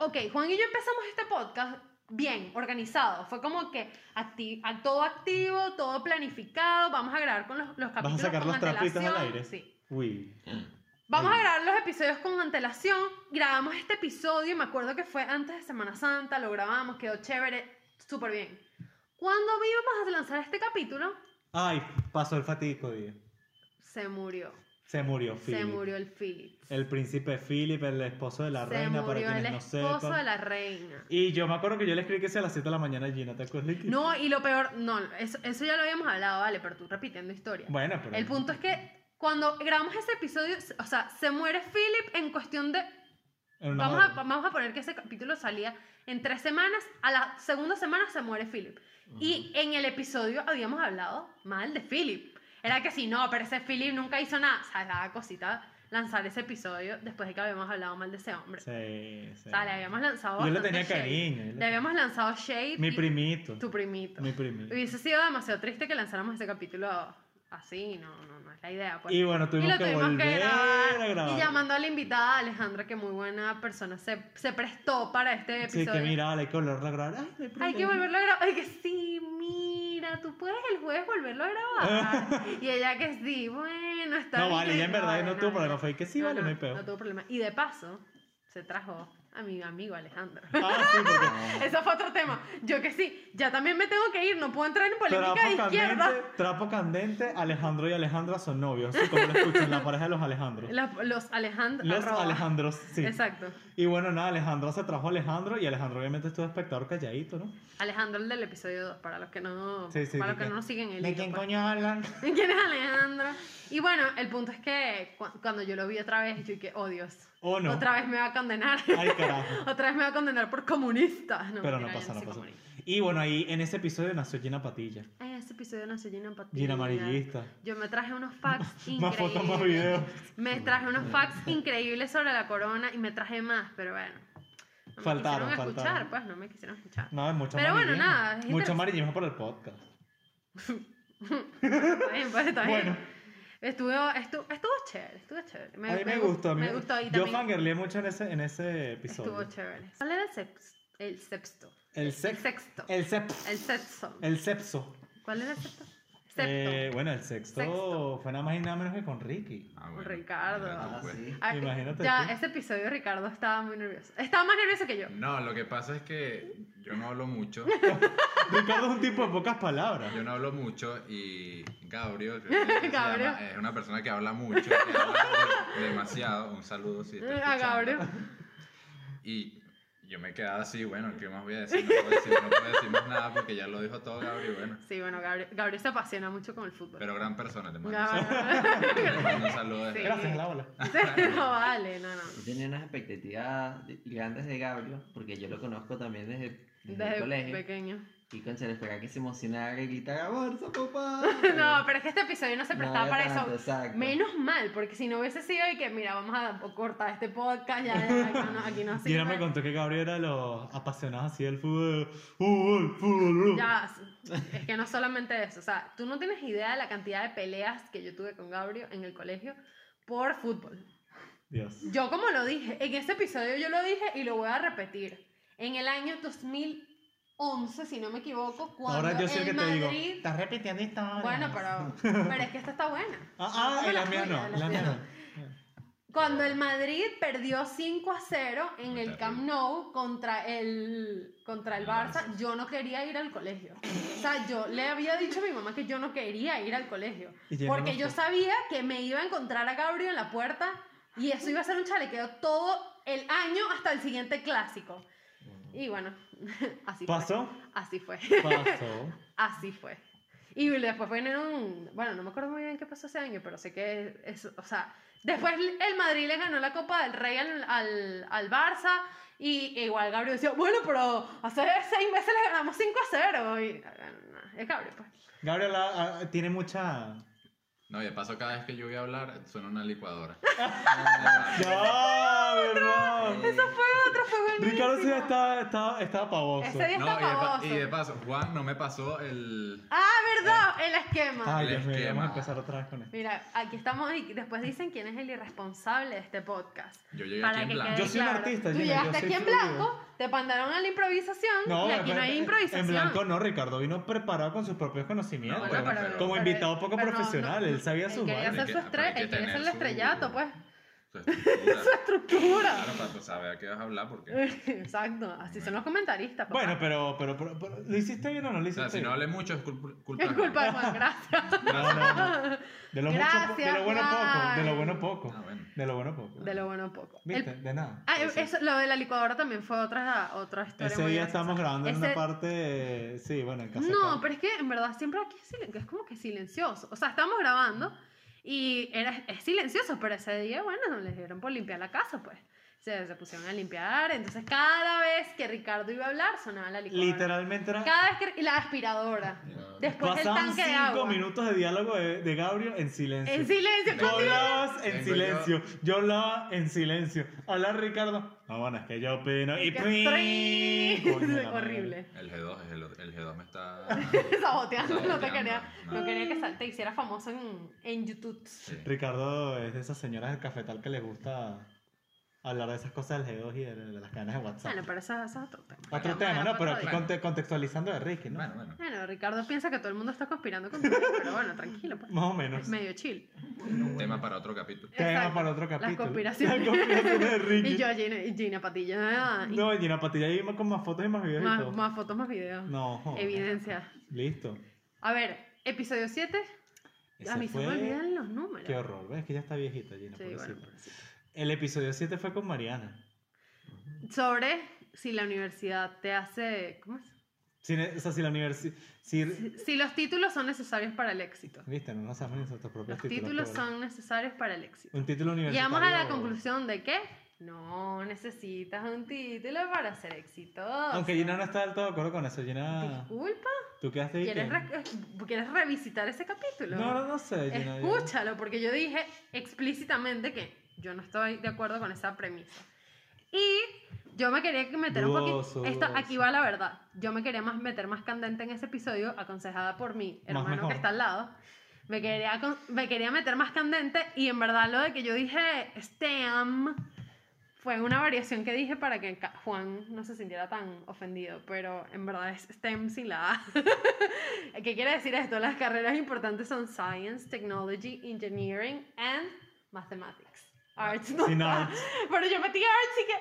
Ok, Juan y yo empezamos este podcast bien, organizado. Fue como que acti- a- todo activo, todo planificado. Vamos a grabar con los, los capítulos.
¿Vas a sacar
con
los trapitos al
antelación.
aire?
Sí.
Uy.
Vamos a
Ay.
grabar los episodios con antelación. Grabamos este episodio, me acuerdo que fue antes de Semana Santa, lo grabamos, quedó chévere, súper bien. Cuando íbamos a lanzar este capítulo,
Ay, pasó el fatídico día.
se murió.
Se murió Philip.
Se murió el Philip.
El príncipe Philip, el esposo de la
se
reina, para
murió el
quienes no
esposo
sepan.
de la reina.
Y yo me acuerdo que yo le escribí que sea a las 7 de la mañana a Gina, ¿te acuerdas? Que-
No, y lo peor, no, eso, eso ya lo habíamos hablado, vale, pero tú repitiendo historia.
Bueno, pero.
El punto es que cuando grabamos ese episodio, o sea, se muere Philip en cuestión de
en una
Vamos a,
hora.
vamos a poner que ese capítulo salía en tres semanas. A la segunda semana se muere Philip. Y en el episodio habíamos hablado mal de Philip. Era que si no, pero ese Philip nunca hizo nada. O sea, la cosita lanzar ese episodio después de que habíamos hablado mal de ese hombre.
Sí, sí.
O sea, le habíamos lanzado.
Yo le
bastante
tenía
shade.
cariño. yo le-
Le habíamos lanzado Shade.
Mi
y-
primito.
Tu primito.
Mi primito.
Hubiese sido demasiado triste que lanzáramos ese capítulo así. No, no, no es la idea. pues.
Y bueno,
Y
tuvimos,
lo
que
tuvimos
volver
que grabar.
a grabar.
Y llamando a la invitada Alejandra, que muy buena persona, se, se prestó para este
Sí,
episodio.
que mira, hay que volverlo a grabar. Ay, no
Hay que
problema.
volverlo a grabar. Ay, que sí, mira, tú puedes el jueves volverlo a grabar. y ella que sí, bueno, está
No,
bien.
vale, ella en verdad no tuvo problema,
ya.
fue que sí, vale, no hay peo.
No tuvo problema. Y de paso, se trajo a mi amigo Alejandro.
Ah, sí, porque
Eso fue otro tema. Yo que sí, ya también me tengo que ir, no puedo entrar en polémica
Trapo
de izquierda.
candente, trapo candente, Alejandro y Alejandra son novios, así como lo escuchan, la pareja de los Alejandros.
Las- los Alejandro.
Los
arroba.
Alejandros, sí.
Exacto.
Y bueno, nada, Alejandro se trajo a Alejandro y Alejandro obviamente estuvo espectador calladito, ¿no?
Alejandro el del episodio 2, para los que no,
Sí, sí,
para
¿de
los que
quién?
no nos siguen el
¿De
hilo,
quién
pues.
coño hablan?
¿Quién es Alejandro? Y bueno, el punto es que cu- cuando yo lo vi otra vez, yo dije, oh Dios,
Oh, no.
otra vez me va a condenar.
Ay, carajo.
otra vez me va a condenar por comunista. No,
Pero no
mentira, yo
pasa, no
soy
pasa.
comunista.
Y bueno, ahí en ese episodio nació Gina Patilla,
Ay, ese episodio nació lleno de empatía.
Gina amarillista.
Yo me traje unos facts
Más
increíbles.
fotos, más videos.
Me traje unos facts increíbles sobre la corona y me traje más, pero bueno. No me
Faltaron,
quisieron escuchar,
faltaron.
pues no me quisieron escuchar.
No, es mucho
Pero bueno,
amarillismo.
nada, es
Mucho
interesante.
amarillismo por el podcast.
Está bien, pues, está bien.
Bueno.
Estuvo, estu- estuvo chévere, estuvo chévere.
a mí me, gustó, a mí
Me gustó y
Yo
también
fangirleé mucho en ese, en ese episodio.
estuvo chévere. ¿Cuál era el sexto? El sexto.
El sex-
sexto. El,
El sexo.
sexto.
El sexo.
¿Cuál era el sexto? Sexto.
Eh, bueno, el sexto,
Sexto.
fue nada más y nada menos que con Ricky.
Ah, bueno.
Ricardo.
Mira tú,
Ah,
pues.
sí.
Ah,
imagínate
Ya,
tú.
ese episodio Ricardo estaba muy nervioso. Estaba más nervioso que yo. Ah,
No, lo que pasa es que yo no hablo mucho.
Ricardo es un tipo de pocas palabras.
Yo no hablo mucho y Gabriel, creo que se
Gabriel.
llama, es una persona que habla mucho, que habla de- demasiado. Un saludo si
Eh,
está escuchando.
A Gabriel.
Y yo me quedaba así, bueno, ¿qué más voy a decir? No puedo decir, no puedo decir más nada porque ya lo dijo todo Gabriel, bueno.
Sí, bueno, Gabriel, Gabriel se apasiona mucho con el fútbol.
Pero gran persona, te mando, un saludo.
Gabriel-
Te mando un saludo. desde
Sí.
acá.
Gracias, Laura.
no vale, no, no.
Yo tenía unas expectativas grandes de Gabriel, porque yo lo conozco también desde, desde el
Desde
colegio.
pequeño.
Y con le esperaba que se emocionara que gritara bolsa, papá.
No, pero es que este episodio no se prestaba
No,
para eso.
tanto, exacto.
Menos mal, porque si no hubiese sido y que, mira, vamos a cortar este podcast, ya, ya, acá no, aquí no
Y ahora
sirve.
me contó que Gabriel era de los apasionados así del fútbol. Fútbol, fútbol.
Ya, es que no solamente eso, o sea, tú no tienes idea de la cantidad de peleas que yo tuve con Gabriel en el colegio por fútbol.
Dios.
Yo como lo dije, en ese episodio yo lo dije y lo voy a repetir. En el año 2011, si no me equivoco, cuando
Ahora yo soy el que te digo.
Madrid...
Estás repitiendo historias.
Bueno, pero, pero es que esta está buena.
Ah, ah,
Como
y la mía
tuya,
no.
la
La
tuya
mía
no.
no.
Cuando el Madrid perdió 5 a 0 en
Muy
el
terrible.
Camp Nou contra el, contra el
El
Barça,
Barça.
yo no quería ir al colegio. O sea, yo le había dicho a mi mamá que yo no quería ir al colegio.
Y llegó
Porque
la
yo
foto.
sabía que me iba a encontrar a Gabriel en la puerta y eso iba a ser un chalequeo todo el año hasta el siguiente clásico. Y bueno, así
Pasó.
fue. Así fue.
Pasó.
Así fue. Y después vinieron, bueno, no me acuerdo muy bien qué pasó ese año, pero sé que es, o sea, después el Madrid le ganó la Copa del Rey al, al, al Barça y igual Gabriel decía, bueno, pero hace seis meses le ganamos 5 a 0 y bueno, no, es Gabriel, pues.
Gabriela ah, ah, tiene mucha.
No, y de paso, cada vez que yo voy a hablar, suena una licuadora.
¡No, verdad!
Eso fue otro juego.
Ricardo sí estaba, estaba, estaba pavoso.
Ese día
No, y de, pa- Eh.
pavoso.
y de paso, Juan no me pasó el.
Ah, verdad, el esquema.
Ay,
El
Dios mío,
esquema.
vamos a empezar otra vez con esto.
Mira, aquí estamos y después dicen quién es el irresponsable de este podcast.
Yo llegué
Para
aquí en
que
blanco.
quede
Yo soy un
claro.
artista,
Tú
Gina, yo
llegaste
soy
aquí en
fluido.
blanco, te mandaron a la improvisación y aquí no
en-
hay
en-
improvisación.
En blanco no, Ricardo vino preparado con sus propios conocimientos.
No, bueno,
pero-
pero-
como
pero-
invitado poco
pero no,
profesional,
no.
él sabía sus
Él quería
vainas.
hacer
que-
su
pero hay
estre-
que
él quería
tener
hacer el
su-
estrellato, pues.
Su estructura.
Estructura.
Claro, para tú saber a qué vas a hablar, porque.
Exacto, así son los comentaristas. papá.
Bueno, pero, pero, pero, pero, ¿lo hiciste bien o no lo
O sea,
hiciste
si no
bien?
hablé mucho, es culp- culpa.
es culpa de Juan, gracias.
No, no, no. De lo, mucho, po- de
Gracias,
lo bueno
Juan.
poco, de lo bueno poco.
Ah, bueno.
De lo bueno poco.
De lo bueno poco. El-
¿Viste? De nada.
Ah, eso, lo de la licuadora también fue otra, otra historia.
Ese
muy
día
graciosa.
estábamos grabando en una
Ese-
parte. eh, Sí, bueno, en casa. de
No,
Carlos.
pero es que en verdad siempre aquí es, silen- es como que silencioso. O sea, estamos grabando y era, es silencioso, pero ese día, bueno, les dieron por limpiar la casa, pues. Se, se pusieron a limpiar, entonces cada vez que Ricardo iba a hablar sonaba la licuadora.
Literalmente era.
Cada vez que... Y la aspiradora. Después el
Pasaban
tanque de
cinco
agua.
minutos de diálogo de, de Gabriel en silencio.
En silencio.
Tú
conmigo.
hablabas en
Vengo
silencio. Yo hablaba en silencio. Habla Ricardo. No, bueno, es que yo opino. Y
Que-
¡pring! Coño, la madre.
Horrible.
El G2, es el, el G2 me está.
Saboteando, no te
Saboteando,
quería, no
no.
quería que sal- te hiciera famoso en, en YouTube.
Sí.
Ricardo es de esas señoras del cafetal que les gusta hablar de esas cosas del G2 y de, de las cadenas de WhatsApp.
Bueno, pero eso, eso es otro tema.
Otro
Bueno,
tema, ¿no? Pero
para otro
aquí
día.
bueno.
conte- contextualizando de Ricky, ¿no?
Bueno, bueno.
Bueno, Ricardo piensa que todo el mundo está conspirando contra él, pero bueno, tranquilo, pues.
Más o menos.
Es medio chill.
Tema para otro capítulo.
Tema
Exacto.
para otro capítulo.
Las conspiraciones.
Las conspiraciones de Ricky.
Y yo, Gina, y Gina Patilla. ah, y
No, Gina Patilla ahí con más fotos y más videos. y todo.
más, más fotos, más videos.
No, joder.
Evidencia.
Listo.
A ver, episodio 7.
Ese
A mí
fue-
se me olvidan los números.
Qué horror, ves que ya está viejita Gina.
Sí,
pobrecita.
bueno, pobrecita.
El episodio 7 fue con Mariana.
Sobre si la universidad te hace. ¿Cómo es?
Si ne- o sea, si la universidad... Si...
Si- Si los títulos son necesarios para el éxito.
Viste, no nos hacen nuestros
Los
propios títulos.
títulos
qué bueno.
son necesarios para el éxito.
Un título universitario.
Llegamos a la conclusión de que no necesitas un título para ser exitoso.
Aunque Gina no está del todo de acuerdo con eso. Gina,
Disculpa,
tú quedaste ahí
¿quieres,
que-
re- ¿quieres revisitar ese capítulo?
No, no, no sé, Gina. yo-
Escúchalo, porque yo dije explícitamente que yo no estoy de acuerdo con esa premisa. Y yo me quería que meter
Dudoso,
un poquito. Esto, aquí
dudoso.
va la verdad. Yo me quería más, meter más candente en ese episodio, aconsejada por mi
Más
hermano
mejor.
que está al lado. Me quería, con- me quería meter más candente y en verdad lo de que yo dije STEM fue una variación que dije para que ca- Juan no se sintiera tan ofendido, pero en verdad es STEM sin la A. ¿Qué quiere decir esto? Las carreras importantes son Science, Technology, Engineering and Mathematics. Arts no
Sin
está.
arts.
Pero yo metí arts y que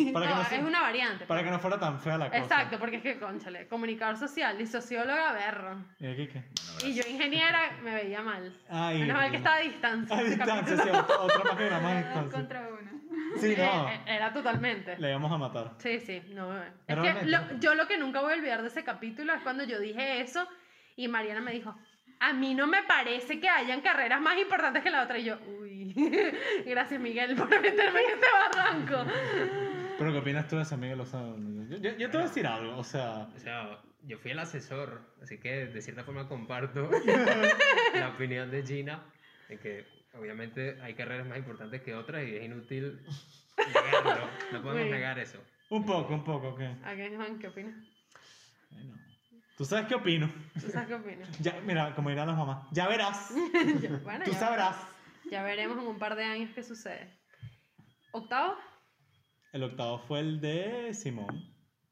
¡ay!
Para que
No,
no se-
es una variante. pues.
Para que no fuera tan fea la cosa.
Exacto, porque es que, conchale, comunicador social y socióloga berro.
¿Y aquí qué?
Y yo ingeniera me veía mal.
Eh, Ay,
Menos mal
Gina.
que estaba a distancia.
A
ese
distancia, sí,
capítulo.
otra, otra página más a
Dos
distancia.
contra uno.
Sí, no,
Eh, eh, Era totalmente.
le íbamos a matar.
Sí, sí, no. eh. Es
Pero
que
realmente-
lo- yo lo que nunca voy a olvidar de ese capítulo es cuando yo dije eso y Mariana me dijo, a mí no me parece que hayan carreras más importantes que la otra. Y yo, uy, gracias Miguel por meterme en este barranco.
Pero ¿qué opinas tú de eso, Miguel? O sea, yo, yo- yo te voy a decir algo, o sea...
O sea, yo fui el asesor, así que de cierta forma comparto la opinión de Gina, de que obviamente hay carreras más importantes que otras y es inútil negarlo. No podemos
Bueno.
negar eso.
Un poco, un poco, ¿qué?
¿A qué, Juan, qué opinas?
Bueno. ¿Tú sabes qué opino?
¿Tú sabes qué opinas?
Ya, mira, como dirán las mamás, ya verás,
Ya- bueno,
tú
ya-
sabrás.
Ya veremos en un par de años qué sucede. ¿Octavo?
El octavo fue el de Simón.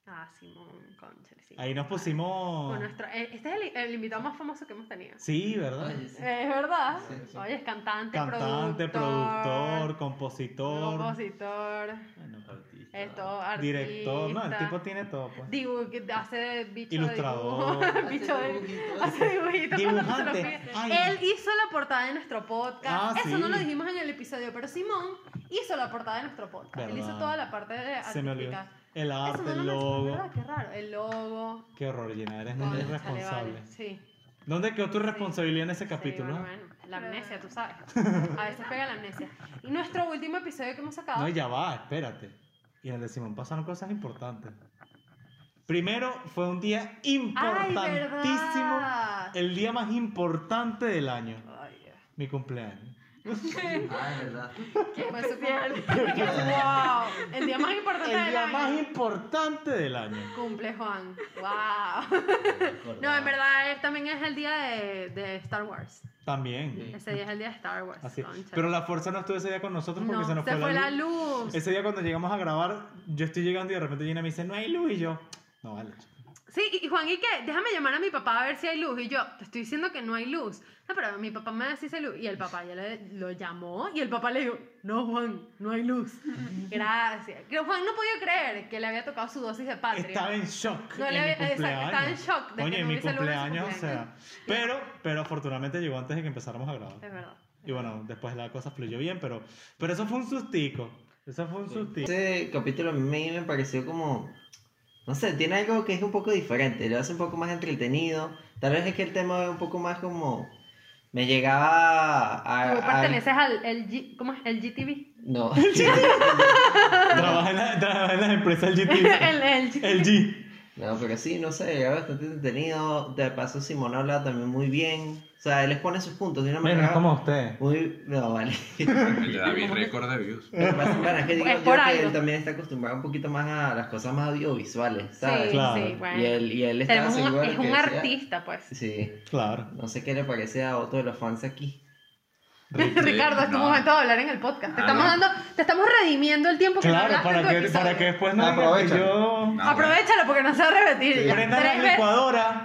Ah, Simón, concha. sí.
Ahí nos pusimos...
Con nuestro- eh, este es el, el invitado más famoso que hemos tenido.
Sí, ¿verdad?
Oye, sí.
Es verdad.
Sí, sí.
Oye, es cantante,
Cantante, productor, compositor,
compositor,
bueno,
Artista.
es todo artista,
director. No, el tipo tiene todo, pues.
dibu- que hace de bicho
Ilustrador.
de dibujo,
Hace
bicho eh. de
dibujitos.
hace dibujitos cuando se lo
Dibujante.
pide.
Ay.
Él hizo la portada de nuestro
Ah,
podcast. Eso
sí.
no lo dijimos en el episodio, pero Simón hizo la portada de nuestro podcast. Él
Verdad.
hizo toda la parte de
Se me olvidó.
artística.
El
Eso
arte,
no
el
lo
logo.
mencioné, ¿verdad? Qué raro. El logo.
Qué horror, Gina, eres una
Cónchale,
irresponsable.
vale, Sí.
¿Dónde quedó tu
Sí.
responsabilidad en ese
Sí,
capítulo?
bueno,
ah?
bueno. La amnesia, tú sabes. A veces pega la amnesia. Y nuestro último episodio que hemos sacado.
No, ya va, espérate. Y en el de Simón pasaron cosas importantes. Primero, fue un día
¡Ay,
importantísimo.
verdad!
el día más importante del año.
Ay, Dios.
Mi cumpleaños.
Ah, es verdad.
Fue su cum- ¡Wow! El día más importante
El
del
día
año.
más importante del año.
Cumple, Juan. ¡Wow! No, en verdad él también es el día de, de Star Wars.
También.
Ese día es el día de Star Wars.
Así.
cónchale.
Pero la fuerza no estuvo ese día con nosotros porque
No,
se nos fue, la, luz.
luz.
Ese día cuando llegamos a grabar, yo estoy llegando y de repente Gina me dice, no hay luz. Y yo, no vale.
Sí, y y Juan, ¿y qué? Déjame llamar a mi papá a ver si hay luz. Y yo, te estoy diciendo que no hay luz. No, pero mi papá me dice si hay luz. Y el papá ya le- lo llamó y el papá le dijo, no, Juan, no hay luz. Gracias. Pero Juan no podía creer que le había tocado su dosis de patria.
Estaba en shock.
No
en
le
mi
había- exacto,
cumpleaños.
estaba en shock de que
Oye,
no
mi
hubiese luz en su
cumpleaños, o sea.
cumpleaños.
Pero, pero afortunadamente llegó antes de que empezáramos a grabar.
Es verdad.
Y bueno, después la cosa fluyó bien, pero, pero eso fue un sustico. Eso fue un sustico.
Ese capítulo a mí me pareció como. No sé, tiene algo que es un poco diferente, lo hace un poco más entretenido. Tal vez es que el tema es un poco más como. Me llegaba a.
Tú
a-
perteneces al el G- ¿cómo es? El GTV.
No.
Trabaja en la, trabaja en la empresa el GT.
el, el GTV.
El G.
No, pero sí, no sé, era bastante entretenido. De paso, Simón habla también muy bien. O sea, él expone sus puntos de una manera.
Menos como usted.
Muy. No, vale.
El de David, récord de views.
Lo que pasa, claro, es que digo
Es
yo
por
que
algo.
él también está acostumbrado un poquito más a las cosas más audiovisuales, ¿sabes?
Sí,
Claro.
sí, bueno.
Y él, y él estaba
Tenemos un-
seguro de
es
que
un
decía-
artista, pues.
Sí,
Claro.
no sé qué le parece a otro de los fans aquí.
Ricardo, es tu
no.
momento de hablar en el podcast. Te
Ah,
estamos
no.
dando, te estamos redimiendo el tiempo que no
Claro,
hablaste en
para
tu
que,
episodio.
para que después no digan que
Aprovecha.
yo.
No,
Aprovechalo porque no se va a repetir. ya.
Prenda la
Tres, ve-
licuadora.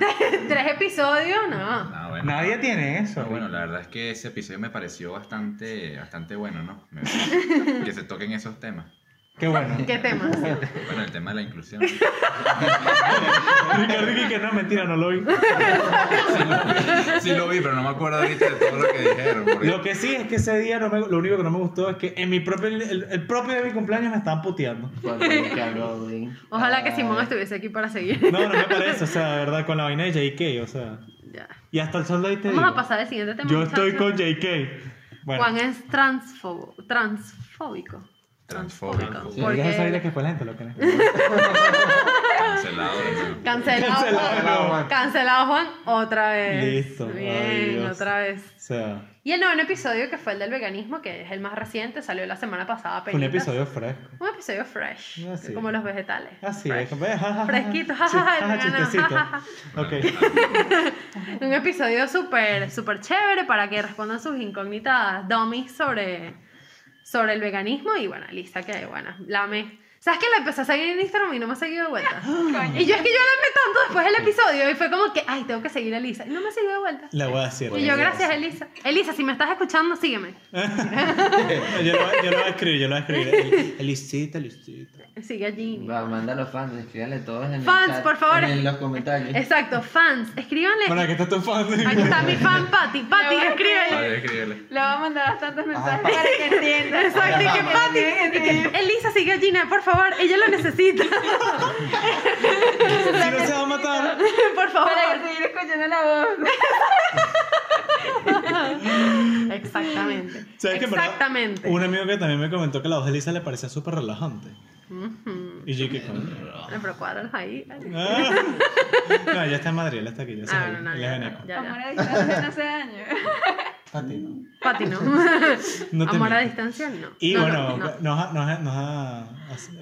tres episodios, no.
bueno. No, bueno.
Nadie tiene eso.
No, bueno, la verdad es que ese episodio me pareció bastante, bastante bueno, ¿no? Me- que se toquen esos temas.
Qué bueno.
¿Qué temas?
Bueno, el tema de la inclusión.
Ricardo Ricky, que no, mentira, no lo vi.
Sí lo vi, pero no me acuerdo ahorita de todo lo que dijeron. porque-
Lo que sí es que ese día no me- lo único que no me gustó es que en mi propio, el, el propio día de mi cumpleaños me estaban puteando.
Cuando J.K. Rowling.
Ojalá que
Ah,
Simón estuviese aquí para seguir.
No, no me parece, o sea, de verdad, con la vaina de JK, o sea.
Ya.
Y hasta el sol de ahí te
Vamos
digo,
a pasar al siguiente tema.
Yo estoy
muchachos.
con JK. Bueno,
Juan es transfobo, transfóbico.
Transfóbico.
Transfóbico.
porque...
Sí,
Porque-
deja esa idea que después la gente lo cree.
Cancelado. ¿no?
Cancelado,
Cancelado,
Juan.
Juan.
Cancelado Juan otra vez.
Listo. Ay,
Bien,
Dios.
otra vez.
O sea,
Y el noveno episodio que fue el del veganismo, que es el más reciente, salió la semana pasada.
fue un
apenas.
episodio Ah, fresco.
Un episodio fresh,
Así
como
es.
los vegetales.
Así
Fresh.
es, como, eh, jajaja,
Fresquito, Ah,
chi-
jajaja, el
jaja,
vegano,
Ah, chistecito.
jajaja.
Ok.
Un episodio súper, súper chévere para que respondan sus incógnitas dummies sobre, sobre el veganismo. Y bueno, Lisa, que bueno, la me... ¿Sabes que la empecé a seguir en Instagram y no me ha seguido de vuelta? Y yo es que yo la amé tanto después del episodio y fue como que, ay, tengo que seguir a Lisa. Y no me siguió de vuelta.
La voy a decir.
Y yo, gracias, Elisa. Elisa, si me estás escuchando, sígueme.
yo, lo, yo lo voy a escribir, yo lo voy a escribir. El- Elisita, Elisita.
Sigue a Ginny.
Va, manda a los fans, escríbanle todos en el
Fans,
chat,
por favor.
En los comentarios.
Exacto, fans, escríbanle.
Bueno, aquí está tu fan.
Aquí está mi fan, Patty. Patty,
voy a
escríbele.
Vale, escríbele.
Le voy a mandar bastantes mensajes para que entienda.
Exacto, y que Patty, y que Elisa sigue a Gina, por favor, ella lo necesita.
Si no se va a matar.
por
Para
favor.
seguir escuchando la voz.
Exactamente.
¿Sabes qué, en verdad?
Exactamente.
Un amigo que también me comentó que la voz de Elisa le parecía súper relajante.
Ujú.
Y yo, ¿qué coño?
Bueno, Pero cuadros ahí.
Ah. No, ella está en Madrid, ella está aquí. Yo soy
Ah, no, no,
ella
ya,
es
ya,
veneco.
ya,
Amor
ya.
a distancia de hace años.
Pati, no.
Pati, no.
No te
Amor a
miento.
distancia, no.
Y
No, no,
bueno,
no.
nos va nos, ha- nos ha-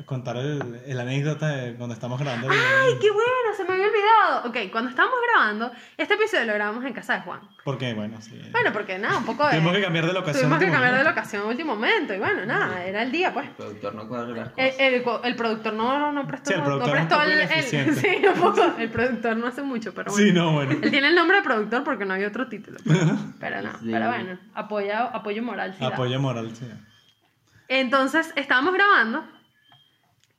a contar el, el anécdota de cuando estamos grabando. el-
Ay, qué bueno, se me había olvidado. Ok, cuando estábamos grabando, este episodio lo grabamos en casa de Juan.
Porque, bueno, sí.
Bueno, porque nada, un poco de.
Tuvimos que cambiar de locación.
Tuvimos que
último
cambiar de
momento.
locación en último momento. Y bueno, nada, era el día, pues.
El productor no cuadra las
El,
cosas.
el, el productor no, no prestó,
Sí, el productor
no
es un
prestó
poco
el, el,
ineficiente.
sí, un poco. el productor no hace mucho, pero bueno.
Sí, no, bueno.
Él tiene el nombre de productor porque no hay otro título. Pero, pero no,
Sí.
pero bueno, apoya- apoyo moral. sí da.
Apoyo moral, sí.
Entonces estábamos grabando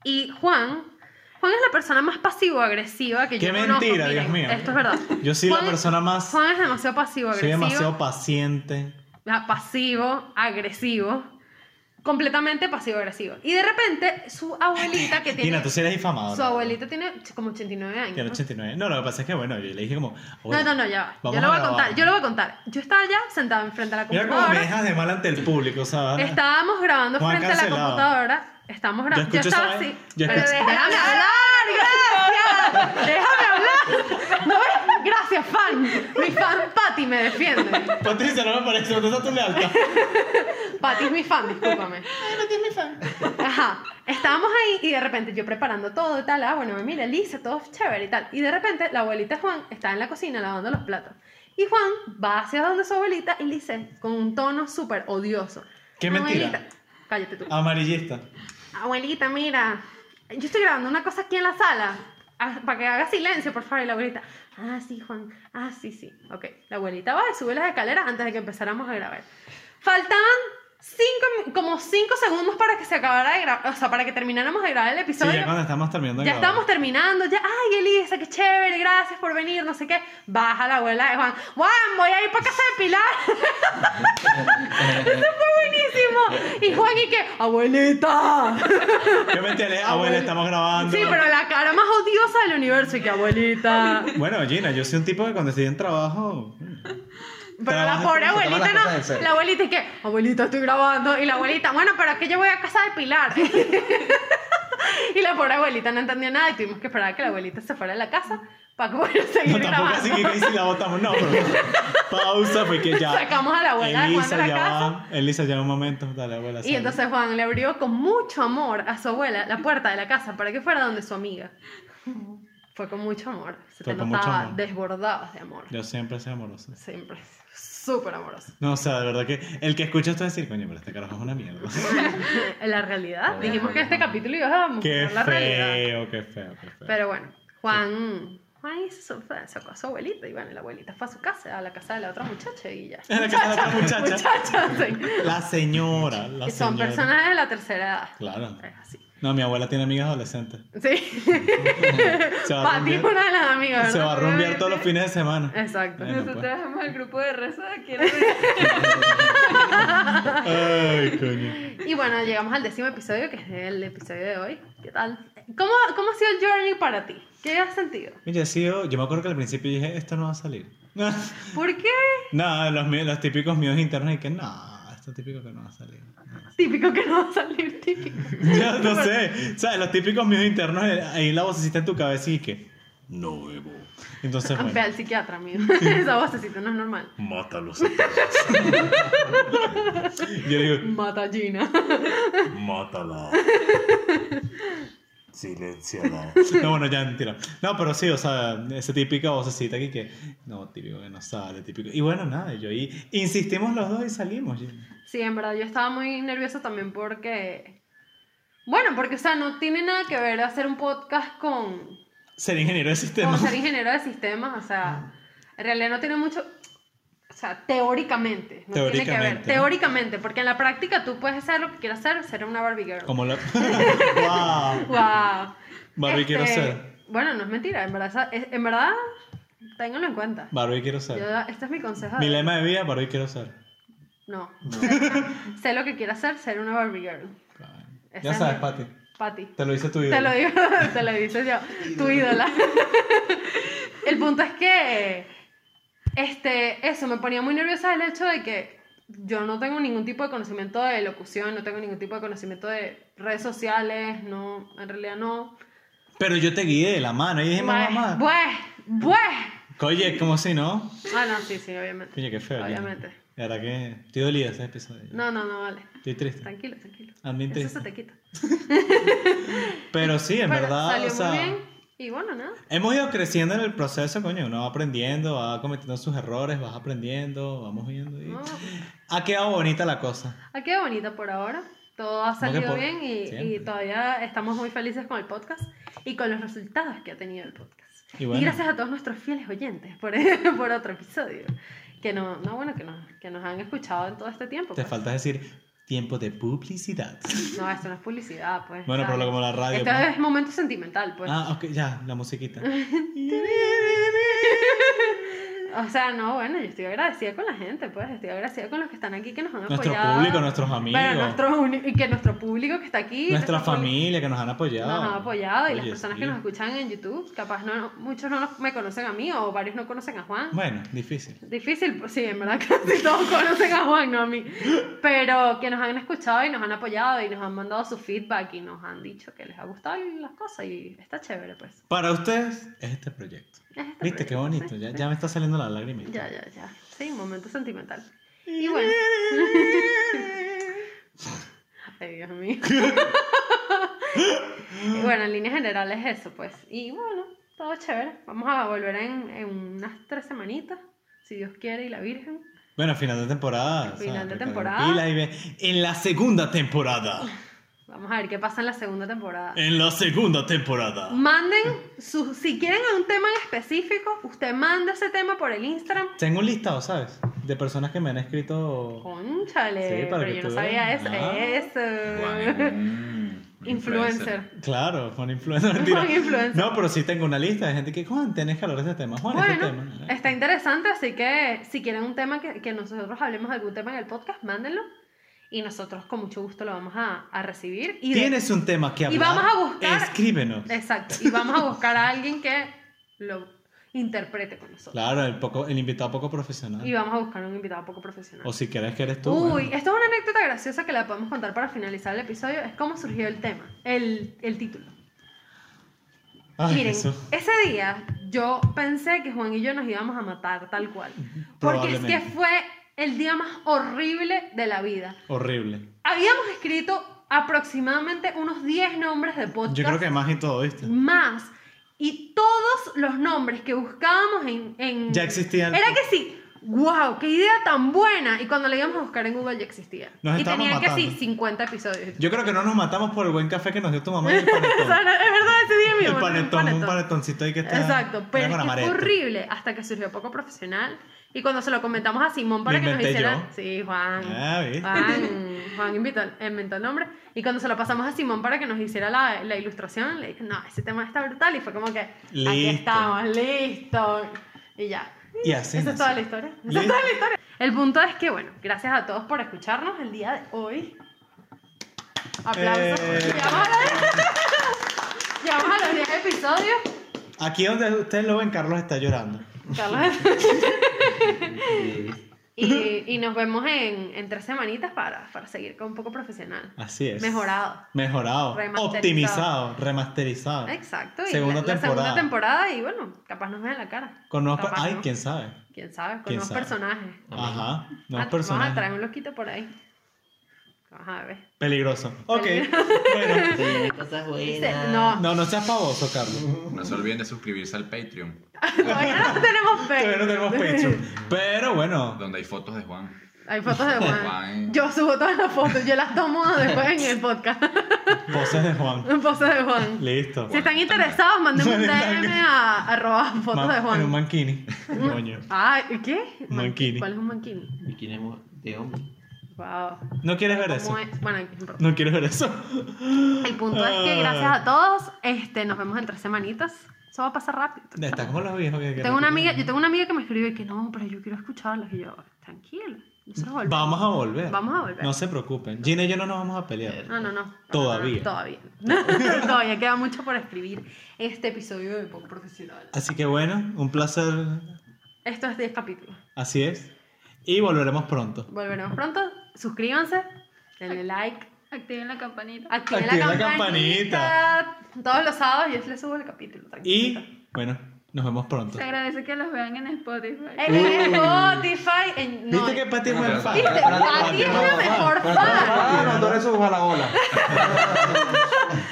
y Juan, Juan es la persona más pasivo-agresiva que
Qué
yo conozco.
mentira,
miren,
Dios mío.
Esto es verdad.
Yo soy la
Juan-
persona más.
Juan es demasiado pasivo-agresivo.
Soy demasiado paciente.
Ah, Pasivo, Ah, agresivo. completamente pasivo-agresivo. Y de repente, su abuelita que tiene...
Gina, tú sí eres difamado.
Su abuelita tiene como 89 años.
Tiene
¿no?
89. No, lo que pasa es que, bueno, yo le dije como.
No,
"Oye,
no, no, ya va.
Vamos
Yo lo voy a
grabar".
contar, yo lo voy a contar. Yo estaba allá sentada enfrente a la
Mira cómo me
computadora.
dejas de mal ante el público, o sea.
Estábamos grabando
Nos han
frente a la
cancelado.
computadora. Estábamos grabando. Yo,
escucho esa
estaba
vaina-
así.
yo
pero
escucho-
déjame hablar, gracias. Déjame hablar. No ves, gracias, fan. Mi fan Patty me defiende.
Patricia, no me parece, no estás tu lealtad.
Patty es mi fan, discúlpame. Ajá. Estábamos ahí y de repente yo preparando todo y tal. Ah, bueno, mira, lisa, todo chévere y tal. Y de repente la abuelita Juan está en la cocina lavando los platos. Y Juan va hacia donde su abuelita y le dice, con un tono súper odioso.
Qué mentira.
"Abuelita, cállate tú.
Amarillista.
Abuelita, mira, yo estoy grabando una cosa aquí en la sala. Ah, Para que haga silencio, por favor. Y la abuelita, ah, sí, Juan, ah, sí, sí. Ok, la abuelita va y sube las escaleras antes de que empezáramos a grabar. Faltaban cinco, mi- como cinco segundos para que se acabara de grabar, o sea, para que termináramos de grabar el
Sí,
episodio.
ya cuando estamos terminando. de
Ya
grabar.
estamos terminando, ya, ay Elisa, qué chévere, gracias por venir, no sé qué. Baja la abuela de Juan, Juan, voy a ir para casa de Pilar. Eso fue buenísimo. Y Juan y que, abuelita.
Qué mentira, abuela, "Ah, estamos grabando.
Sí, pero la cara más odiosa del universo y que abuelita.
Bueno, Gina, yo soy un tipo que cuando estoy en trabajo.
Pero la
Trabaja
pobre
como se toman
abuelita
las cosas en
no.
serio.
La abuelita y que, abuelita, estoy grabando. Y la abuelita, bueno, pero es que yo voy a casa de Pilar. y la pobre abuelita no entendió nada y tuvimos que esperar a que la abuelita se fuera de la casa para que pudiera seguir
No, tampoco
grabando.
así que que si la votamos, no, pero. Pausa, porque ya.
Sacamos a la abuela de Juan de
Elisa
la
ya
casa.
va. Elisa ya va un momento. Dale, abuela.
Y
sale.
entonces Juan le abrió con mucho amor a su abuela la puerta de la casa para que fuera donde su amiga. Fue con mucho amor. Se
Fue
te
con mucho
notaba
amor.
desbordabas de amor.
Yo siempre soy amoroso.
Siempre. Súper amoroso.
No, o sea, de verdad que el que escucha esto va a decir, coño, pero este carajo es una mierda.
En la realidad.
Obvio.
Dijimos que este capítulo iba a
qué
mostrar la realidad.
feo, qué feo, qué feo.
Pero bueno, Juan. Juan hizo su- fue- sacó a su abuelita y bueno, la abuelita fue a su casa, a la casa de la otra muchacha y ya.
En la casa de la otra muchacha.
sí.
La señora, la
Y son
señora.
personas de la tercera edad.
Claro.
Es así.
No, mi abuela tiene amigas adolescentes.
Sí.
Se va a
Pati es
rumbear,
una de las amigas. ¿verdad?
se va a rumbear todos los fines de semana.
Exacto.
Bueno,
Nosotros
pues.
vamos al grupo de reza de aquí.
Ay, coño.
Y bueno, llegamos al décimo episodio, que es el episodio de hoy. ¿Qué tal? ¿Cómo, cómo ha sido el journey para ti? ¿Qué has sentido?
Oye, ha sido- yo me acuerdo que al principio dije, esto no va a salir.
¿Por qué?
Nada, los, míos- los típicos míos internos y que no, esto es típico que no va a salir.
Típico que no va a salir típico.
Yo no sé, ¿sabes? Los típicos míos internos, eh, ahí la vocecita en tu cabeza y que, nuevo. Entonces,
Ve al
bueno,
psiquiatra, amigo. Esa vocecita no es normal.
mátalos a todos. Yo digo,
Mata a Gina.
Mátala. Silenciala. No, bueno, ya mentira. No, pero sí, o sea, esa típica vocecita aquí que. No, típico que no sale, típico. Y bueno, nada, yo ahí. Insistimos los dos y salimos.
Sí, en verdad, yo estaba muy nerviosa también porque... Bueno, porque, o sea, no tiene nada que ver hacer un podcast con,
Ser ingeniero de
como
sistemas.
ser ingeniero de sistemas, o sea, en realidad no tiene mucho, o sea, teóricamente, no tiene que ver,
Teóricamente, ¿no?
teóricamente, porque en la práctica tú puedes hacer lo que quieras hacer, ser una Barbie girl.
Como la. ¡Wow!
Wow.
Barbie
Este,
quiero ser.
Bueno, no es mentira, en verdad, esa- es- en verdad, ténganlo en cuenta.
Barbie quiero ser.
Yo- este es mi consejo.
Mi lema de vida, Barbie quiero ser.
No. sé lo que quieras hacer, ser una Barbie girl. Esa
Ya
es
sabes,
mi-
Pati.
Pati.
Te lo dice tu vida.
Te lo digo, te lo dices yo, tu ídola. El punto es que este, eso me ponía muy nerviosa el hecho de que yo no tengo ningún tipo de conocimiento de locución, no tengo ningún tipo de conocimiento de redes sociales, no, en realidad no.
Pero yo te guié de la mano y dije, mamá,
Pues,
mamá.
pues, pues.
Oye, como si no.
Ah, no, sí, sí, obviamente.
Oye, qué feo. ya.
Obviamente.
La verdad que estoy dolida ese episodio.
No, no, no, vale.
Estoy triste.
Tranquilo, tranquilo.
También triste.
Eso se te quita.
Pero sí, en
Pero
verdad,
salió
o sea,
muy bien y bueno, nada.
hemos ido creciendo en el proceso, coño, uno va aprendiendo, va cometiendo sus errores, vas aprendiendo, vamos viendo y...
No,
Ha quedado bonita la cosa.
Ha quedado bonita por ahora. Todo ha salido
por-
bien y, y
siempre.
todavía estamos muy felices con el podcast y con los resultados que ha tenido el podcast.
Y
Y,
bueno,
gracias a todos nuestros fieles oyentes por, e-, por otro episodio. Que, no, no, bueno, que, nos, que nos han escuchado en todo este tiempo.
te
pues.
falta decir tiempo de publicidad.
No, esto no es publicidad, pues.
Bueno,
¿sabes?
pero como la radio. Ah.
Esto
pues.
es momento sentimental, pues.
Ah, ok, ya, la musiquita.
O sea, no, bueno, yo estoy agradecida con la gente, pues. Estoy agradecida con los que están aquí que nos han
Nuestro
apoyado.
público, nuestros amigos,
pues Bueno, nuestros uni- y que nuestro público que está aquí.
nuestra
nuestro público-
familia que nos han apoyado.
Nos han apoyado y las
Oye,
personas
sí.
que nos escuchan en YouTube, capaz no, no- muchos no nos- me conocen a mí o varios no conocen a Juan.
Bueno, difícil.
Difícil, pues, sí, en verdad casi todos conocen a Juan, no a mí. Pero que nos han escuchado y nos han apoyado y nos han mandado su feedback y nos han dicho que les ha gustado las cosas y está chévere, pues.
Para ustedes es este proyecto.
Es este
Viste, qué bonito.
proyecto, sí,
Ya,
sí.
ya me está saliendo la lágrima.
Ya, ya, ya. Sí, momento sentimental. Y bueno. Ay, Dios mío. y bueno, en líneas generales eso, pues. Y bueno, todo chévere. Vamos a volver en, en unas tres semanitas, si Dios quiere y la Virgen.
Bueno, final de temporada.
Final de
recarga
temporada.
pilas y ve- en la segunda temporada.
Vamos a ver qué pasa en la segunda temporada.
En la segunda temporada.
Mm. Manden, su, si quieren un tema en específico, usted manda ese tema por el Instagram.
Tengo un listado, ¿sabes? De personas que me han escrito.
Conchale,
Sí, para
pero
que
yo no
tú
sabía
veas.
eso.
Ah.
Juan es
Eso.
un
Influencer.
Claro, con influencer. mentira.
Con influencer.
No, pero sí tengo una lista de gente que, Juan, tenés que hablar de ese tema. Juan, este
Bueno,
tema.
está interesante, así que si quieren un tema que, que nosotros hablemos de algún tema en el podcast, mándenlo. Y nosotros con mucho gusto lo vamos a, a recibir. Y de-
Tienes un tema que
y
hablar.
vamos a buscar-
Escríbenos.
exacto. Y vamos a buscar a alguien que lo interprete con nosotros.
Claro, el, poco, el invitado poco profesional.
Y vamos a buscar un invitado poco profesional.
O si querés que eres tú.
Uy,
bueno.
esto es una anécdota graciosa que la podemos contar para finalizar el episodio. Es cómo surgió el tema, el, el título.
Ay,
Miren,
eso.
ese día yo pensé que Juan y yo nos íbamos a matar tal cual. Porque es que
Probablemente.
fue el día más horrible de la vida.
Horrible.
Habíamos escrito aproximadamente unos 10 nombres de podcast.
Yo creo que más y todo, ¿viste?
Mm. Más. Y todos los nombres que buscábamos en... en-
Ya existían.
Era que sí. ¡Wow! ¡Qué idea tan buena! Y cuando la íbamos a buscar en Google ya existía.
Nos
y
estábamos
tenía que sí,
matando.
50 episodios.
Yo creo que no nos matamos por el buen café que nos dio tu mamá y el
O sea,
panetón.
no, es verdad, ese día
el
mismo, ¿no?
panetón, un panetoncito ahí que está.
Exacto, pero
era
es
con
que fue
amaretto.
horrible hasta que surgió poco profesional. Y cuando se lo comentamos a Simón para
Lo
que nos
inventé
hiciera.
yo.
Sí, Juan.
Ah, ¿viste?
Juan, Juan invitó, inventó el nombre. Y cuando se lo pasamos a Simón para que nos hiciera la, la ilustración, le dije, no, ese tema está brutal. Y fue como que, aquí
Listo.
estamos, listo. Y ya.
Y así.
Esa es
nació.
toda la historia. Esa es
Listo.
toda la historia. El punto es que, bueno, gracias a todos por escucharnos el día de hoy. Aplausos.
Eh.
Llegamos, a los- Llegamos a los 10 episodios.
Aquí donde ustedes lo ven, Carlos está llorando.
Carlos.
Y-
Y, y nos vemos en, en tres semanitas para, para seguir con un poco profesional.
Así es.
Mejorado.
Mejorado.
Remasterizado.
Optimizado. Remasterizado.
Exacto. Y
Segunda
la, la segunda
temporada.
temporada y bueno, capaz nos ven en la cara.
Con nuevos. per-
Capaz,
Ay,
¿no?
quién sabe.
¿Quién sabe? Con
¿Quién
unos
sabe?
personajes.
Ajá.
Ah,
Nuevos
Vamos a
personajes.
traer un loquito por ahí. Vamos a ver.
Peligroso. Ok.
Peligroso.
bueno.
Sí, cosas buenas.
No,
No, no seas pavoso, Carlos.
No se olviden de suscribirse al Patreon,
todavía no tenemos fe.
Todavía no tenemos pecho. Pero bueno.
donde hay fotos de Juan.
Hay fotos de Juan.
Juan.
Yo subo todas las fotos, yo las tomo después en el podcast.
Voces de Juan.
Poses de Juan.
Listo.
Si están interesados, manden un DM a arroba fotos
Ma-
de
En un
Juan.
manquini. Coño.
Ay, Ah, ¿qué?
Manquini.
¿Cuál es un manquini?
Bikini mo- de hombre.
Wow.
No quieres ver eso.
¿Cómo es? Bueno, aquí es un problema.
No quieres ver eso.
el punto es
Ah.
que gracias a todos, este, nos vemos en tres semanitas. Eso va a pasar rápido.
Está como los viejos que- que
Tengo una
repiten.
amiga, yo tengo una amiga que me escribe que no, pero yo quiero escucharlas. Y yo, tranquila, nosotros volvemos.
Vamos a volver.
Vamos a volver. Ah.
No se preocupen. Gina y yo no nos vamos a pelear.
No, no, no. No,
Todavía.
no, no, todavía. todavía queda mucho por escribir en este episodio de Poco Profesional.
Así que bueno, un placer.
Esto es 10 capítulos.
Así es. Y volveremos pronto.
Volveremos pronto. Suscríbanse, denle like,
Activen la campanita.
activen,
Activen
la
la
campanita.
campanita.
Todos los sábados yo les subo el capítulo. tranquilita.
Y bueno, nos vemos pronto.
Se agradece que los vean en Spotify.
En Spotify. En, no,
¿Viste que Patty es buen fan?
¿Viste? Patty es la
Pero-
mejor
pero-
fan.
Ah, no, tú eres un jalabola.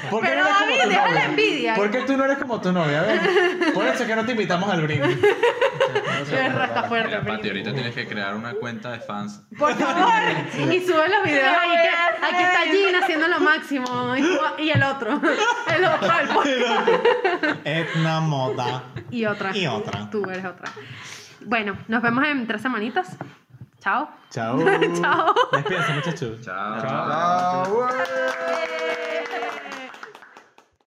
¿Por qué
Pero
no eres
David,
como tu
deja la
novia?
envidia.
¿Por qué tú no eres como tu novia? A ver, Por eso es que no te invitamos al brindis.
Está fuerte.
Mira, Pati,
primo.
ahorita tienes que crear una cuenta de fans
Por favor. Y sube los videos ahí.
voy
Que,
a hacer.
aquí está Gina haciendo lo máximo. Y, Ju- y el otro. El otro, el podcast.
Etna moda.
Y otra.
Y otra.
Tú eres otra. Bueno, nos vemos en tres semanitas. Chao.
Chao.
Chao.
Despídense, muchachos.
Chao.
Ah, bueno.
Eh,
Eh.